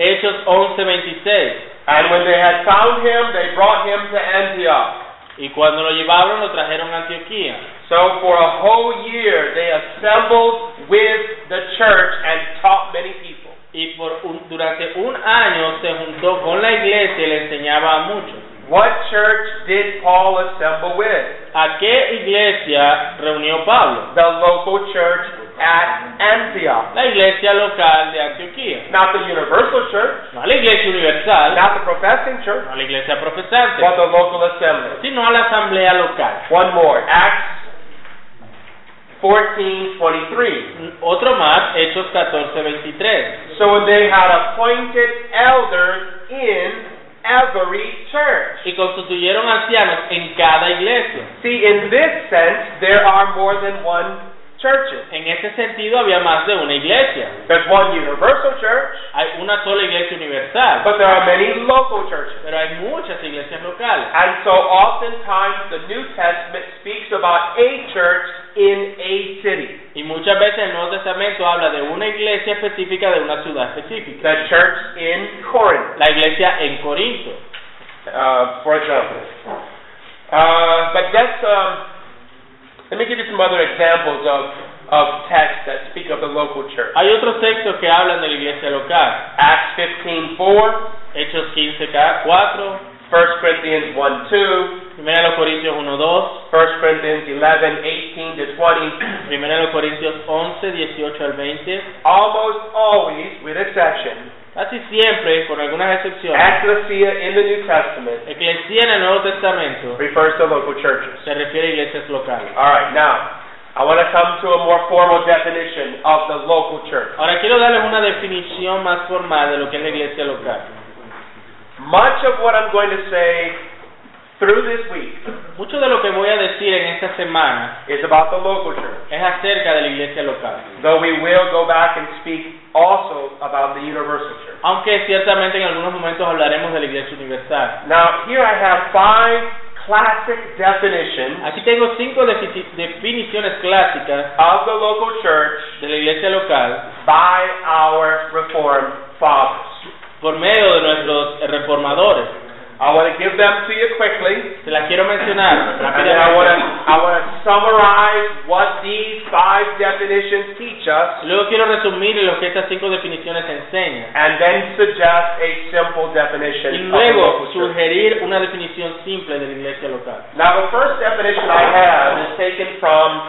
Hechos 11, 26. And when they had found him, they brought him to Antioch. Y cuando lo llevaron, lo trajeron a Antioquía. So for a whole year they assembled with the church and taught many people. Y por un- durante un año se juntó con la iglesia y le enseñaba a muchos. What church did Paul assemble with? ¿A qué iglesia reunió Pablo? The local church at Antioch. La iglesia local de Antioquía. Not the universal church, No a la iglesia universal, not the professing no church, a la iglesia profesante, but the local assembly. sino a la asamblea local. One more, Acts 14:23. Otro más, Hechos 14, 23. So when they had appointed elders in every church. Y constituyeron ancianos en cada iglesia. See, in this sense, there are more than one churches. En ese sentido había más de una iglesia. There's one universal church, Hay una sola iglesia universal, but there are many local churches. pero hay muchas iglesias locales. And so oftentimes the New Testament speaks about a church in a city. Y muchas veces el Nuevo Testamento habla de una iglesia específica de una ciudad específica. The church in Corinth, La iglesia en Corinto. uh, for example. Uh, but that's, um, let me give you some other examples of, of texts that speak of the local church. Hay otros textos que hablan de la iglesia local. Acts 15 4, Hechos 15, 4. 1 Corinthians 1 2, Primera de los Corintios 1.2, 1 Corinthians 11, 18 to 20, Primera de los Corintios 11, 18 al 20, almost always, with exception, casi siempre, con algunas excepciones, ecclesia in the New Testament Eclesía en el Nuevo Testamento refers to local churches. se refiere a iglesias locales. All right, now, I want to come to a more formal definition of the local church. Ahora quiero darles una definición más formal de lo que es la iglesia local. Much of what I'm going to say through this week Mucho de lo que voy a decir en esta semana is about the local church, es acerca de la iglesia local, though we will go back and speak also about the universal church. aunque ciertamente en algunos momentos hablaremos de la iglesia universal. Now, here I have five classic definitions Aquí tengo cinco defici- definiciones clásicas of the local church de la iglesia local by our Reformed fathers. por medio de nuestros reformadores. I want to give them to you quickly, Se las quiero mencionar and then I want to I rápidamente. want to summarize what these five definitions teach us, Luego quiero resumir lo que estas cinco definiciones enseñan. and then suggest a simple Y definition of the local luego church. sugerir una definición simple de la iglesia local. Now, the first definition I have is taken from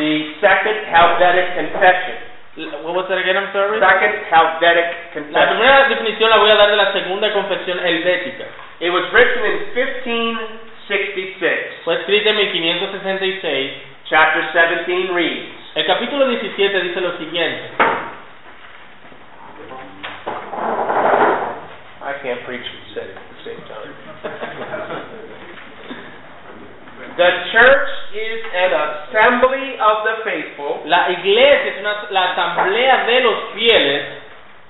the Second Helvetic Confession. La- What was that again? I'm sorry. Second Helvetic La Confession. primera definición la voy a dar de la segunda confesión helvética. It was written in 1566. Fue escrita en 1566. Chapter 17 reads El capítulo 17 dice lo siguiente. I can't preach and say it at the same time. the church is an assembly of the faithful La iglesia es una, la asamblea de los fieles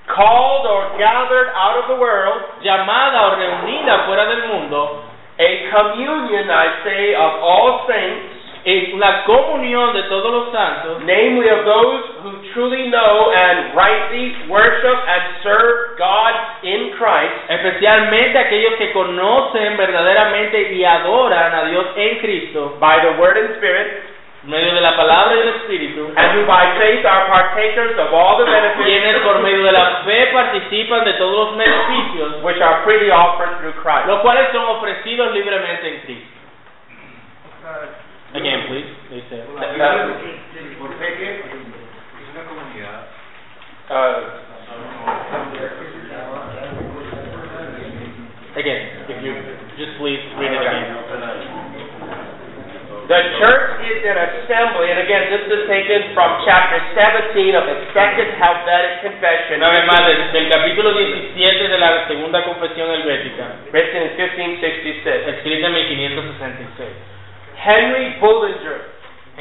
called or gathered out of the world, llamada o reunida fuera del mundo. a communion, I say, of all saints, Es la comunión de todos los santos, namely of those who truly know and rightly worship and serve God in Christ, especialmente aquellos que conocen verdaderamente y adoran a Dios en Cristo, by the word and spirit, en medio de la palabra y el Espíritu, and who by faith are partakers of all the quienes por benefits medio de la fe participan de todos los beneficios, which are freely offered through Christ. los cuales son ofrecidos libremente en Cristo. Again, please. they said. Por la vida de- por fe que es una comunidad. Uh, Again, if you just please read it again. The church is an assembly, and again, this is taken from chapter 17 of the Second Helvetic Confession, Una vez más, del, del capítulo 17 de la segunda confesión helvética, written in 1566. escrita en 1566. Henry Bullinger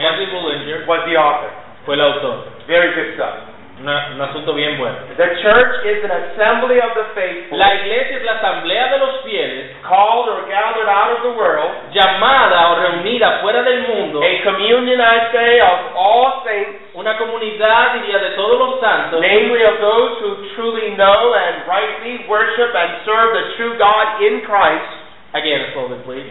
Henry Bullinger was the author. fue el autor. Very good stuff. Una- un asunto bien bueno. The church is an assembly of the faithful, La iglesia es la asamblea de los fieles, called or gathered out of the world, llamada o reunida fuera del mundo, a communion, I say, of all saints, una comunidad, diría, de todos los santos, namely of those who truly know and rightly worship and serve the true God in Christ, again, slowly, please.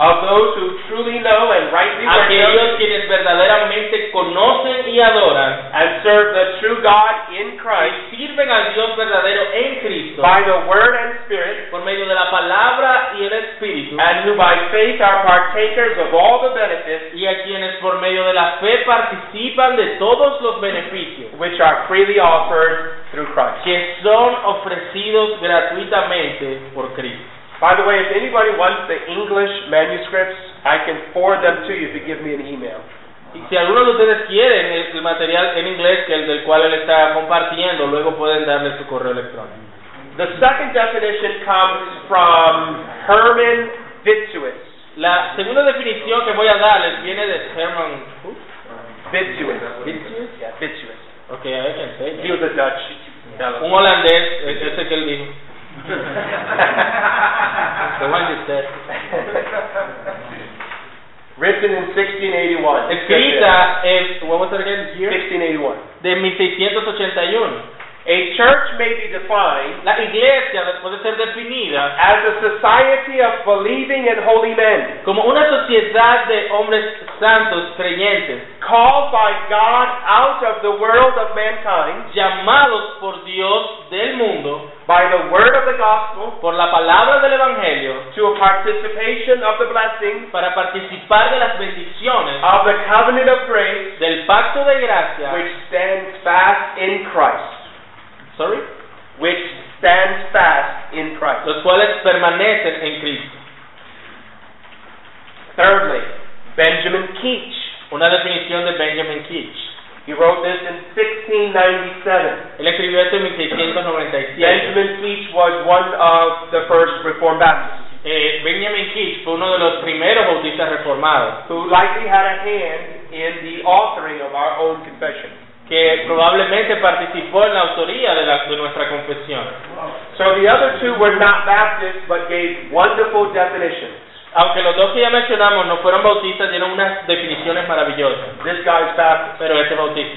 of those who truly know and rightly worship. aquellos quienes verdaderamente conocen y adoran and serve the true God in Christ y sirven al Dios verdadero en Cristo by the word and spirit, por medio de la palabra y el Espíritu and who by faith are partakers of all the benefits y a quienes por medio de la fe participan de todos los beneficios which are freely offered through Christ. que son ofrecidos gratuitamente por Cristo. By the way, if anybody wants the English manuscripts, I can forward them to you if you give me an email. Y si alguno de ustedes quieren el, el material en inglés que el del cual él está compartiendo, luego pueden darle su correo electrónico. The second definition comes from Herman Vitsuis. La segunda definición que voy a darles viene de Herman Vitsuis. Vitsuis? Yeah, Vitsuis. Okay, I can say it. He was a Dutch Un fellow. holandés, es- ese que él dijo. The one you said. Written in 1681. Escrita en, what was it again? Year? 1681. De 1681. A church may be defined La iglesia puede ser definida as a society of believing and holy men, como una sociedad de hombres santos, creyentes, called by God out of the world of mankind llamados por Dios del mundo, by the word of the gospel por la palabra del evangelio, to a participation of the blessings para participar de las bendiciones of the covenant of grace del pacto de gracia. which stands fast in Christ, Sorry. which stands fast in Christ. Los cuales permanecen en Cristo. Thirdly, Benjamin Keach. Una definición de Benjamin Keach. He wrote this in 1697. Él escribió esto en 1697. Benjamin Keach was one of the first Reformed Baptists. Eh, Benjamin Kish fue uno de los primeros bautistas reformados, who likely had a hand in the authoring of our own confession. que probablemente participó en la autoría de, la- de nuestra confesión. So the other two were not Baptists but gave wonderful definitions. Aunque los dos que ya mencionamos no fueron bautistas, dieron unas definiciones maravillosas, This guy's Baptist. pero este es bautista.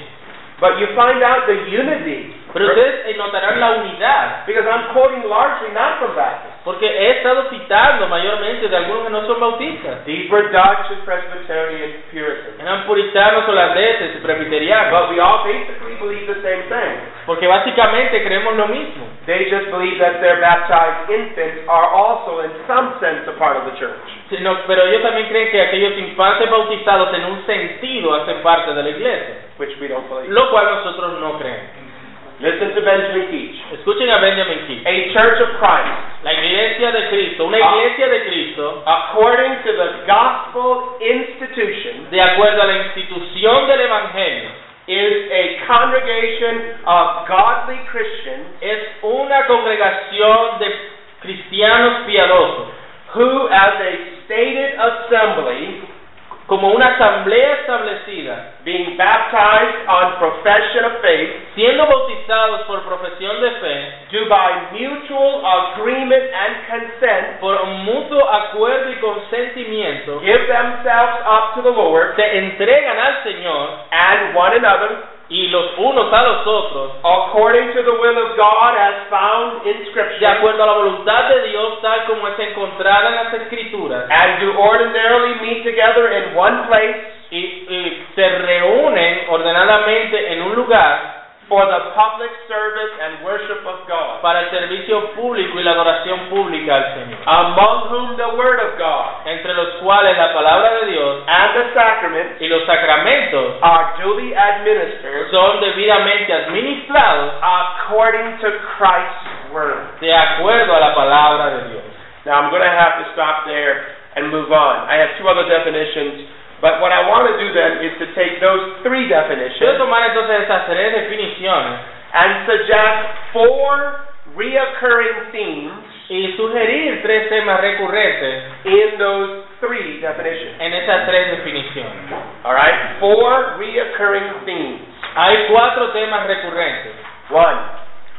But you find out the unity. Pero ustedes eh, notarán la unidad, Because I'm quoting largely not from Baptists. porque he estado citando mayormente de algunos que no son bautistas. These were Dutch and Presbyterian Puritans. Eran puritanos holandeses, presbiterianos, But we all basically believe the same thing. Porque básicamente creemos lo mismo. They just believe that their baptized infants are also, in some sense, a part of the church. Sino- pero ellos también creen que aquellos infantes bautizados en un sentido hacen parte de la iglesia, which we don't believe. lo cual nosotros no creemos. Listen to Benjamin Teach. Escuchen a Benjamin Key. A church of Christ, La iglesia de Cristo, una Ah. iglesia de Cristo, according to the gospel institution, de acuerdo a la institución del Evangelio, is a congregation of godly Christians es una congregación de cristianos piadosos, who, as a stated assembly, como una asamblea establecida, being baptized on profession of faith, siendo bautizados por profesión de fe, do by mutual agreement and consent por mutuo acuerdo y consentimiento, give themselves up to the Lord se entregan al Señor and one another y los unos a los otros, according to the will of God as found in de Scripture. acuerdo a la voluntad de Dios tal como es encontrada en las Escrituras, and do ordinarily meet together in one place y, y se reúnen ordenadamente en un lugar for the public service and worship of God, para el servicio público y la adoración pública al Señor, among whom the Word of God entre los cuales la palabra de Dios and the sacraments y los sacramentos are duly administered son debidamente administrados according to Christ's Word. de acuerdo a la palabra de Dios. Now I'm going to have to stop there and move on. I have two other definitions, but what I want to do then is to take those three Quiero definitions tomar entonces esas tres definiciones and suggest four reoccurring themes y sugerir tres temas recurrentes in those three definitions. en esas tres definiciones. All right, four reoccurring themes. Hay cuatro temas recurrentes. One,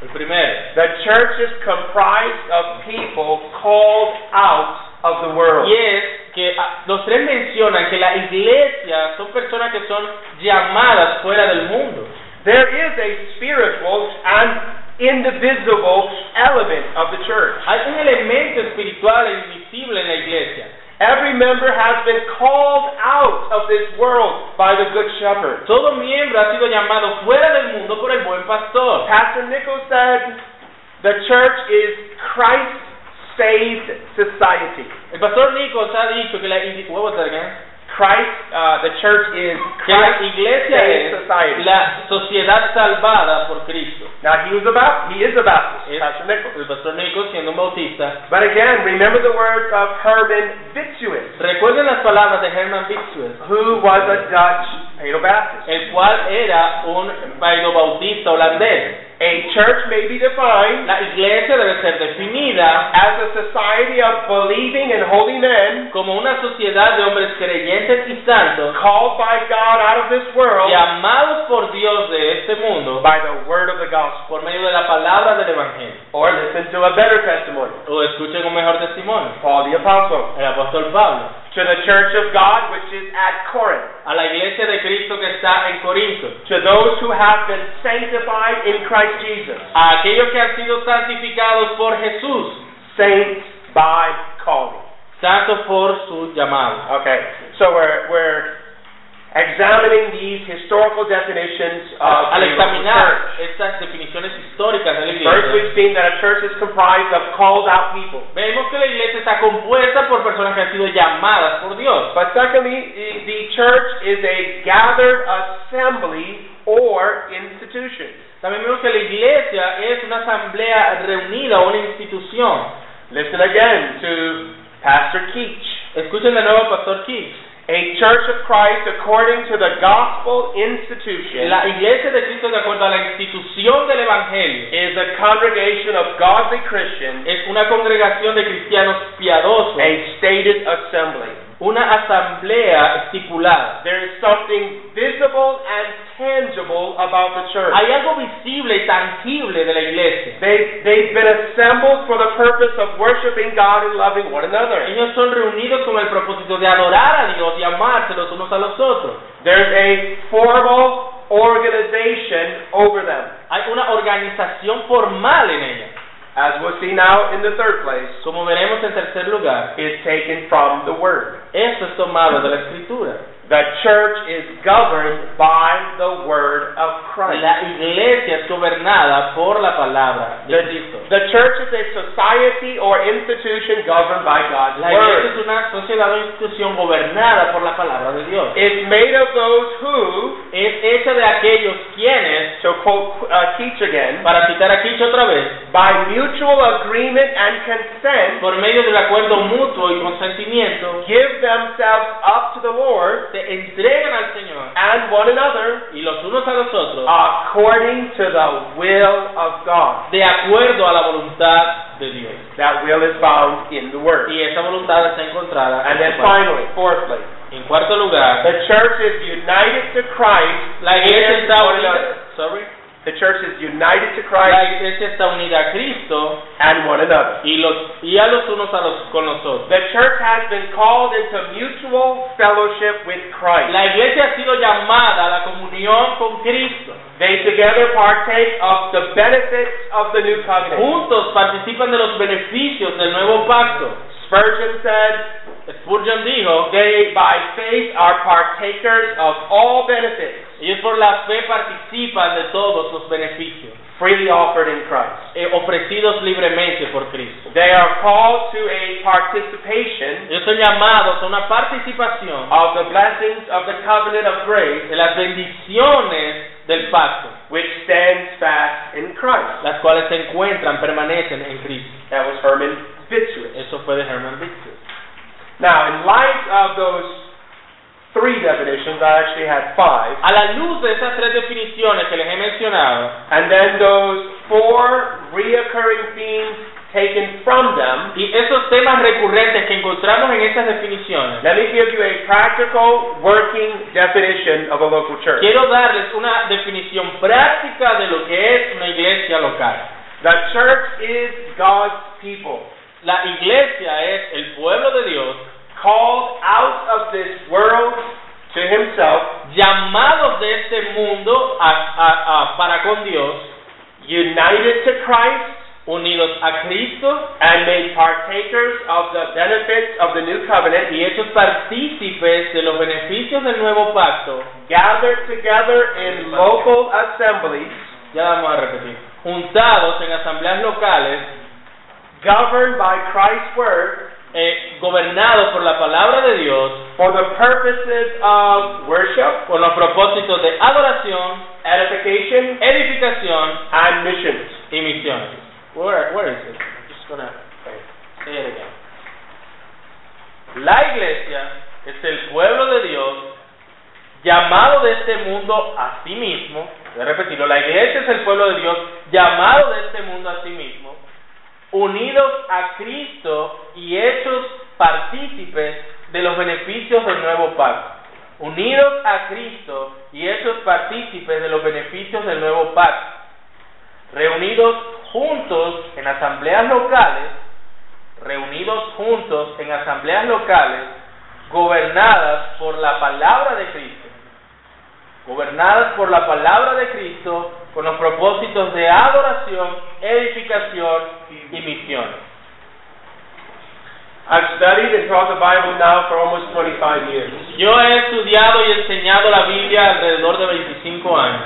El primero, the church is comprised of people called out of the world. y es que ah, los tres mencionan que la iglesia son personas que son llamadas fuera del mundo. There is a spiritual and indivisible element of the church. Hay un elemento espiritual e invisible en la iglesia. Every member has been called out of this world by the Good Shepherd. Todo miembro ha sido llamado fuera del mundo por el buen pastor. Pastor Nichols said, the church is Christ saved society. El pastor Nichols ha dicho que la, ig- Voy a botar acá. Christ, uh, the church is que la Christ iglesia saved es society. la sociedad salvada por Cristo. Now he was a Baptist. He is a Baptist, Es- Pastor Nichols. El pastor Nichols, siendo un bautista, But again, remember the words of Herman Vitsuis, recuerden las palabras de Herman Bixwell. who was a Dutch Paedo Baptist. el cual era un bautista holandés. A church may be defined La iglesia debe ser definida as a society of believing and holy men como una sociedad de hombres creyentes y santos called by God out of this world llamados por Dios de este mundo by the word of the gospel. por medio de la palabra del Evangelio. Or listen to a better testimony, O escuchen un mejor testimonio, Paul the Apostle, el apóstol Pablo, to the church of God which is at Corinth, a la iglesia de Cristo que está en Corinto, to those who have been sanctified in Christ Jesus, a aquellos que han sido santificados por Jesús, saints by calling. santos por su llamado. Okay, so we're, we're examining these historical definitions of Al the church. examinar estas definiciones históricas de la First, iglesia, we've seen that a church is comprised of called out people. Vemos que la iglesia está compuesta por personas que han sido llamadas por Dios. But secondly, the, the church is a gathered assembly or institution. También vemos que la iglesia es una asamblea reunida o una institución. Listen again to Pastor Keach. Escuchen de nuevo al pastor Keith. A church of Christ according to the gospel institution La iglesia de Cristo, de acuerdo a la institución del Evangelio, is a congregation of godly Christians, es una congregación de cristianos piadosos, a stated assembly. una asamblea estipulada. There is something visible and tangible about the church. Hay algo visible y tangible de la iglesia. They, they've been assembled for the purpose of worshiping God and loving one another. Ellos son reunidos con el propósito de adorar a Dios y amarse los unos a los otros. There's a formal organization over them, Hay una organización formal en ellos. as was we'll see now in the third place, Como veremos en tercer lugar, is taken from the Word. esto es tomado de la Escritura. The church is governed by the Word of Christ. La iglesia es gobernada por la palabra de Cristo. The church is a society or institution governed by God's La iglesia Word. es una sociedad o institución gobernada por la palabra de Dios. It's made of those who, Es hecha de aquellos quienes, to quote uh, Teach again, para citar a Kicho otra vez, by mutual agreement and consent, por medio del acuerdo mutuo y consentimiento, give themselves up to the Lord se entregan al Señor and one another y los unos a los otros according to the will of God. de acuerdo a la voluntad de Dios. That will is found in the Word. Y esa voluntad está encontrada And en then su palabra. finally, fourthly, En cuarto lugar, the church is united to Christ. la iglesia in está one unida. another. Sorry. The church is united to La Christ iglesia está unida a Cristo and one another. y los y a los unos a los con los otros. The church has been called into mutual fellowship with Christ. La iglesia ha sido llamada a la comunión con Cristo. They together partake of the benefits of the new covenant. Juntos participan de los beneficios del nuevo pacto. Spurgeon said, Spurgeon dijo, They by faith are partakers of all benefits ellos por la fe participan de todos los beneficios freely offered in Christ. eh, ofrecidos libremente por Cristo. They are called to a participation Ellos son llamados a una participación of the blessings of the covenant of grace, de las bendiciones del pacto, which stands fast in Christ. las cuales se encuentran, permanecen en Cristo. That was Herman Fitzgerald. Eso fue de Herman Bitzer. Now, in light of those three definitions, I actually had five, A la luz de esas tres definiciones que les he mencionado and then those four reoccurring themes taken from them, y esos temas recurrentes que encontramos en esas definiciones, let me give you a practical working definition of a local church. quiero darles una definición práctica de lo que es una iglesia local. The church is God's people, La iglesia es el pueblo de Dios called out of this world to Himself, llamados de este mundo a- a- a- para con Dios, united to Christ, unidos a Cristo and made partakers of the benefits of the new covenant, y hechos partícipes de los beneficios del nuevo pacto. gathered together in local assemblies, Ya vamos a repetir. Juntados en asambleas locales governed by Christ's word eh, gobernado por la palabra de Dios, for the purposes of worship, con los propósitos de adoración, edification, edificación and missions. y misiones. Where- where is it? I'm just gonna say it again. La iglesia es el pueblo de Dios llamado de este mundo a sí mismo. Voy a repetirlo. La iglesia es el pueblo de Dios llamado de este mundo a sí mismo, unidos a Cristo y hechos partícipes de los beneficios del nuevo pacto. Unidos a Cristo y hechos partícipes de los beneficios del nuevo pacto. Reunidos juntos en asambleas locales reunidos juntos en asambleas locales gobernadas por la palabra de Cristo, gobernadas por la palabra de Cristo con los propósitos de adoración, edificación y misiones. I've studied and taught the Bible now for almost 25 years. Yo he estudiado y enseñado la Biblia alrededor de 25 años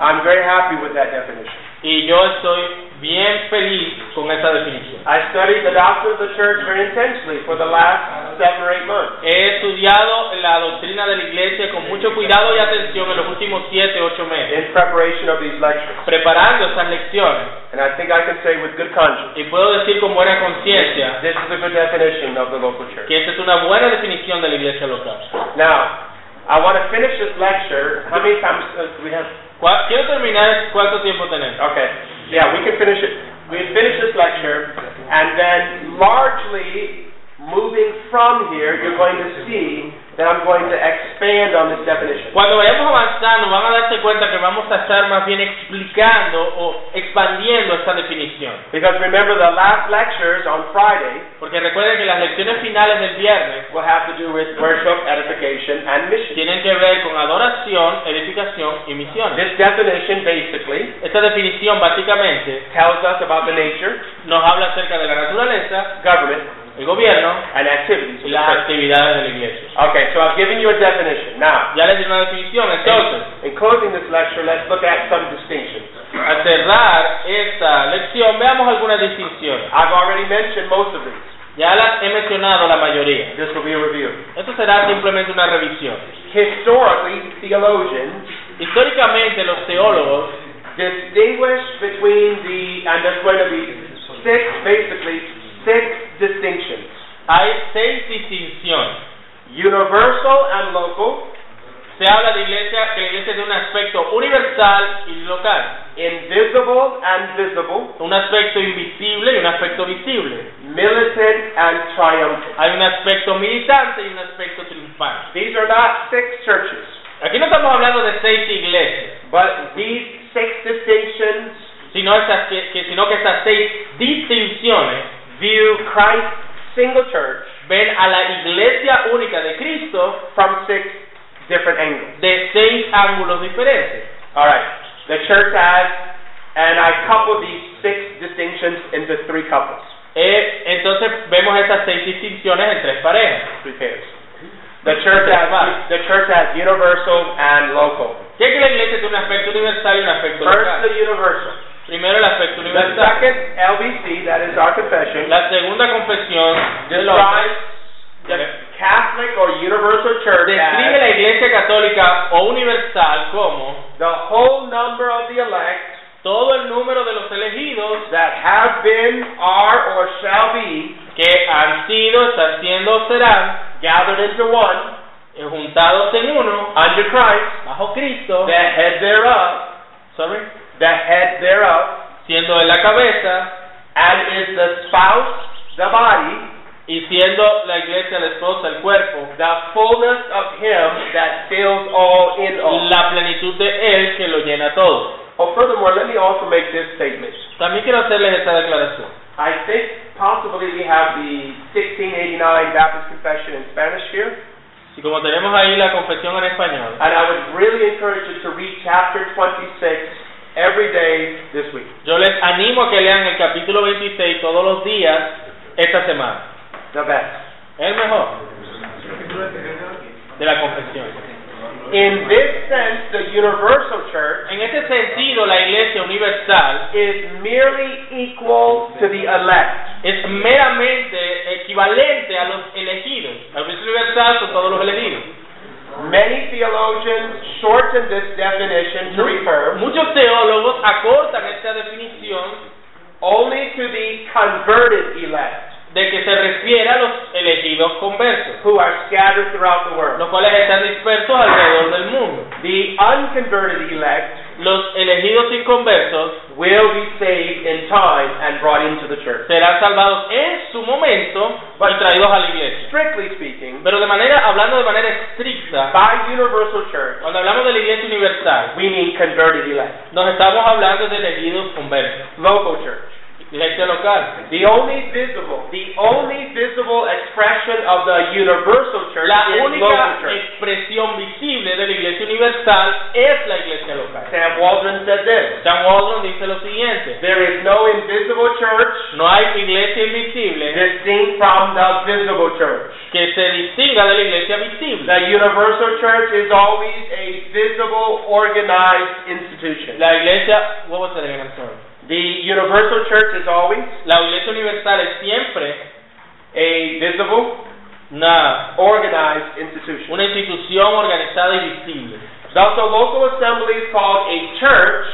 I'm very happy with that definition. y yo estoy bien feliz con esa definición. I studied the doctrine of the church very intensely for the last seven or eight months. He estudiado la doctrina de la iglesia con mucho cuidado y atención en los últimos 7, 8 meses, in preparation of these lectures. preparando esas lecciones. And I think I can say with good conscience, Y puedo decir con buena conciencia this is a good definition of the local church. que esta es una buena definición de la iglesia local. Now, I want to finish this lecture. How many times uh, do we have? Cua- Quiero terminar cuánto tiempo tenemos. Okay. Yeah, we can finish it. We finish this lecture, and then largely moving from here, you're going to see that I'm going to expand on this definition. Cuando vayamos avanzando, van a darse cuenta que vamos a estar más bien explicando o expandiendo esta definición. Because remember, the last lectures on Friday Porque recuerden que las lecciones finales del viernes will have to do with worship, edification, and mission. tienen que ver con adoración, edificación y misiones. This definition basically Esta definición básicamente tells us about the nature, nos habla acerca de la naturaleza, government, el gobierno and activities. of y the las church. actividades de la iglesia. Okay, so I've given you a definition. Now, Ya les di una definición, entonces, in closing this lecture, let's look at some distinctions. al cerrar esta lección, veamos algunas distinciones. I've already mentioned most of these. Ya las he mencionado la mayoría. This will be a review. Esto será simplemente una revisión. Historically, theologians Históricamente los teólogos distinguish between the, and there's going to be six, basically, six distinctions. hay seis distinciones. Universal and local, Se habla de iglesia, que la iglesia tiene un aspecto universal y local, invisible and visible, un aspecto invisible y un aspecto visible. militant and triumphant. Hay un aspecto militante y un aspecto triunfante. These are not six churches, Aquí no estamos hablando de seis iglesias, but these six distinctions sino, esas que, que- sino que estas seis distinciones view Christ's single church ven a la iglesia única de Cristo from six different angles. de seis ángulos diferentes. All right, the church has, and I couple these six distinctions into three couples. Eh, entonces vemos estas seis distinciones en tres parejas. three pairs. The church has the church has universal and local. Ya que la iglesia tiene un aspecto universal y un aspecto First, the local. universal. Primero el aspecto The universal. second LBC, that is our confession, La segunda confesión de los- describes the Catholic or universal church describe as la Iglesia Católica o Universal como the whole number of the elect todo el número de los elegidos that have been, are, or shall be que han sido, están siendo o serán gathered into one eh, juntados en uno Ah, under Christ, bajo Cristo, the head thereof, sorry, the head thereof, siendo en la cabeza and is the spouse, the body, y siendo la Iglesia la esposa, el cuerpo, the fullness of him that fills all in all. la plenitud de Él que lo llena todo. Oh, furthermore, let me also make this statement. También quiero hacerles esta declaración. I think possibly we have the 1689 Baptist Confession in Spanish here, Y como tenemos ahí la confesión en español, and I would really encourage you to read chapter 26 every day this week. yo les animo a que lean el capítulo 26 todos los días esta semana. The best. Es el mejor de la confesión. In this sense, the universal church En este sentido, la iglesia universal is merely equal to the elect. es meramente equivalente a los elegidos. La iglesia universal son todos los elegidos. Many theologians shorten this definition to refer Muchos teólogos acortan esta definición only to the converted elect. de que se refiere a los elegidos conversos, who are scattered throughout the world. los cuales están dispersos alrededor del mundo. The unconverted elect Los elegidos inconversos will be saved in time and brought into the church. serán salvados en su momento y traídos a la iglesia. Strictly speaking, Pero de manera, hablando de manera estricta, by universal church, Cuando hablamos de la iglesia universal, we mean converted elect, nos estamos hablando de elegidos conversos, local church. iglesia local. The only visible, the only visible expression of the universal church La is local única church. expresión visible de la iglesia universal es la iglesia local. Sam Waldron said this: San Waldron dice lo siguiente, There is no invisible church no hay iglesia invisible distinct from the visible church. que se distinga de la iglesia visible. The universal church is always a visible, organized institution. La iglesia, what was that again? I'm sorry. The universal church is always La iglesia universal es siempre a visible, una, organized institution. una institución organizada y visible. Thus, a local assembly is called a church,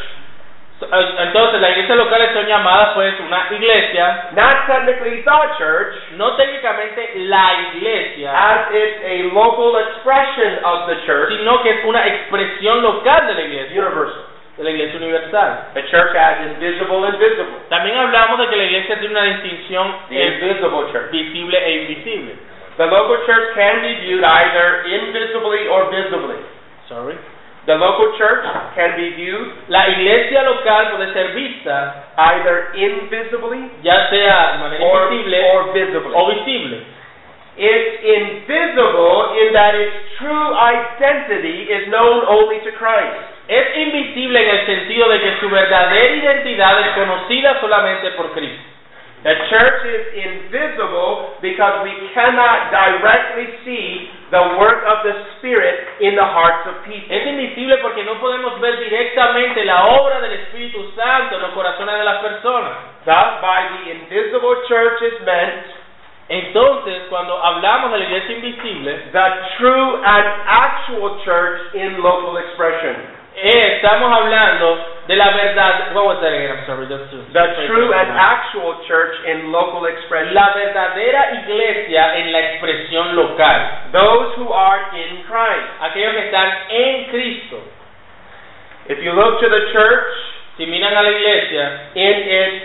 So, eh, Entonces, las iglesias locales son llamadas pues una iglesia not technically the church, no técnicamente la iglesia, as it's a local expression of the church, sino que es una expresión local de la iglesia, universal. de la iglesia universal. The church has invisible and visible. También hablamos de que la iglesia tiene una distinción The entre invisible church. visible e invisible. The local church can be viewed either invisibly or visibly. Sorry. The local church can be viewed La iglesia local puede ser vista either invisibly ya sea de or, manera invisible or visibly. o visible. It's invisible in that its true identity is known only to Christ. Es invisible en el sentido de que su verdadera identidad es conocida solamente por Cristo. The church is invisible because we cannot directly see the work of the Spirit in the hearts of Es people. invisible porque no podemos ver directamente la obra del Espíritu Santo en los corazones de las personas. Thus, by the invisible church is meant Entonces, cuando hablamos de la iglesia invisible, the true and actual church in local expression. eh, estamos hablando de la verdad. what was that again? I'm sorry, just to- The true and actual church in local expression. La verdadera iglesia en la expresión local. Those who are in Christ. Aquellos que están en Cristo. If you look to the church, Si miran a la iglesia in its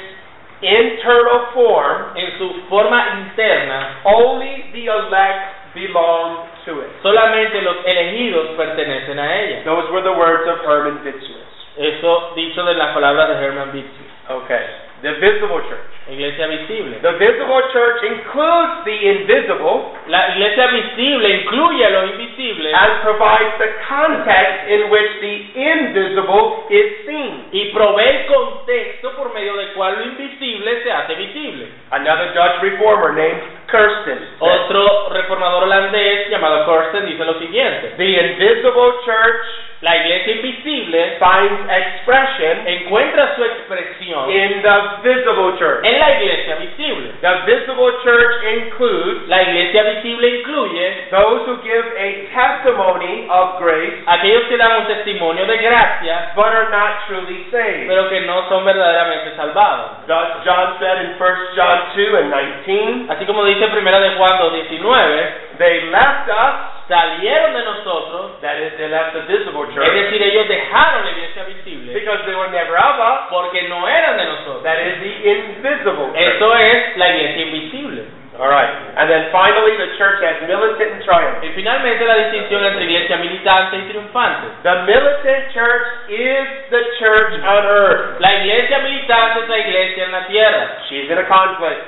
internal form, en su forma interna, only the elect belong to it. solamente los elegidos pertenecen a ella. Those were the words of Herman Vitsuis. Eso dicho de las palabras de Herman Bitsy. Okay. The visible church. Iglesia visible. The visible church includes the invisible La iglesia visible incluye a los invisibles and provides the context in which the invisible is seen. y provee el contexto por medio del cual lo invisible se hace visible. Another Dutch reformer named Kirsten. Oh, said, Otro reformador holandés llamado Corsten dice lo siguiente. The invisible church La iglesia invisible finds expression encuentra su expresión in the visible church. en la iglesia visible. The visible church includes La iglesia visible incluye Those who give a testimony of grace aquellos que dan un testimonio de gracia, but are not truly saved. pero que no son verdaderamente salvados. Thus, John said in 1 John 2 and 19, Así como dice primera de Juan 2.19, they left us, salieron de nosotros, that is, they left the visible es church, decir, ellos dejaron la iglesia visible, because they were never of us, porque no eran de nosotros. that is, the invisible church. Eso es la iglesia invisible. All right. And then finally, the church has militant and triumph. Y finalmente la distinción entre iglesia militante y triunfante. The militant church is the church on earth. La iglesia militante es la iglesia en la tierra. She's in a conflict,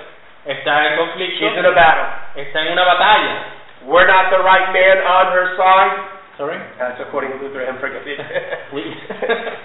Está en conflicto, she's in a battle. está en una batalla. We're not the right man on her side. Sorry. That's according to Luther and Ferguson. Oui.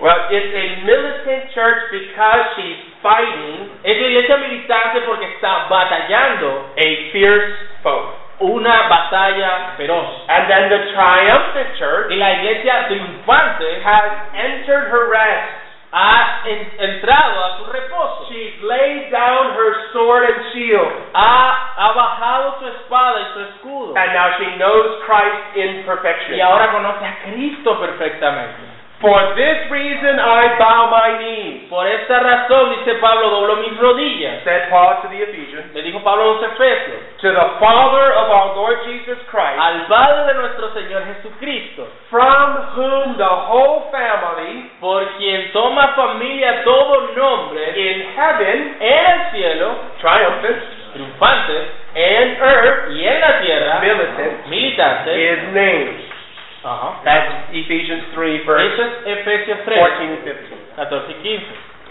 Well, it's a militant church because she's fighting Es la iglesia militante porque está batallando a fierce foe. una batalla feroz. And then the triumphant church Y la iglesia triunfante has entered her rest. ha en- entrado a su reposo. She's laid down her sword and shield. Ha, ha bajado su espada y su escudo. And now she knows Christ in perfection. Y ahora conoce a Cristo perfectamente. For this reason I bow my knees, Por esta razón, dice Pablo, dobló mis rodillas. said Paul to the Ephesians, Le dijo Pablo a los Efesios, to the Father of our Lord Jesus Christ, al Padre de nuestro Señor Jesucristo, from whom the whole family por quien toma familia todo nombre, in heaven en el cielo, triumphant triunfante, and earth y en la tierra, militant militante. is named. Ajá. That's Ephesians 3, verse Eso es Efesios 3, 14 and 15. 14 y 15.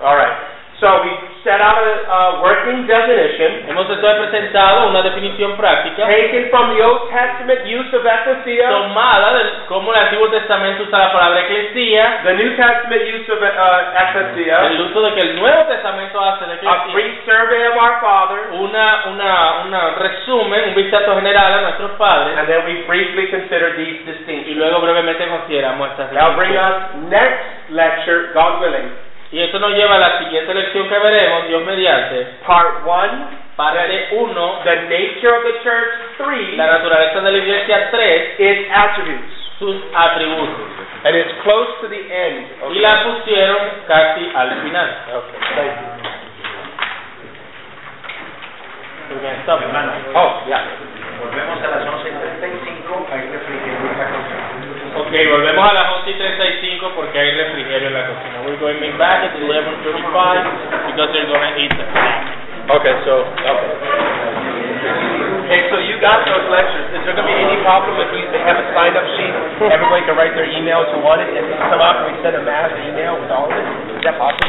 All right. So we set out a uh, working definition Hemos entonces presentado una definición práctica taken from the Old Testament use of ecclesia, tomada de cómo el Antiguo Testamento usa la palabra eclesía, the New Testament use of uh, ecclesia, el uso de que el Nuevo Testamento hace de a eclesía. brief survey of our fathers, una, una, una resumen, un vistazo general a nuestros padres and then we briefly consider these y distinctions. luego brevemente consideramos estas That'll bring definiciones. us next lecture, God willing, Y eso nos lleva a la siguiente lección que veremos, Dios mediante, part one, parte 1, the nature of the church, three, la naturaleza de la iglesia 3, its attributes. sus atributos. And it's close to the end. Y la pusieron casi al final. Okay, thank you. We're gonna stop. Hermano. Oh, yeah. Volvemos a las 11.35, ahí refrigeramos la cosa. Ok. Ok, volvemos a las 11 y 35 porque hay refrigerio en la cocina. We're going back at 11.35 because they're going to eat the snack. Okay, so. Okay. Hey, so you got those lectures. Is there going to be any problem if we have a sign up sheet? Everybody can write their emails who want it, and somehow can we send a mass email with all of it? Is that possible?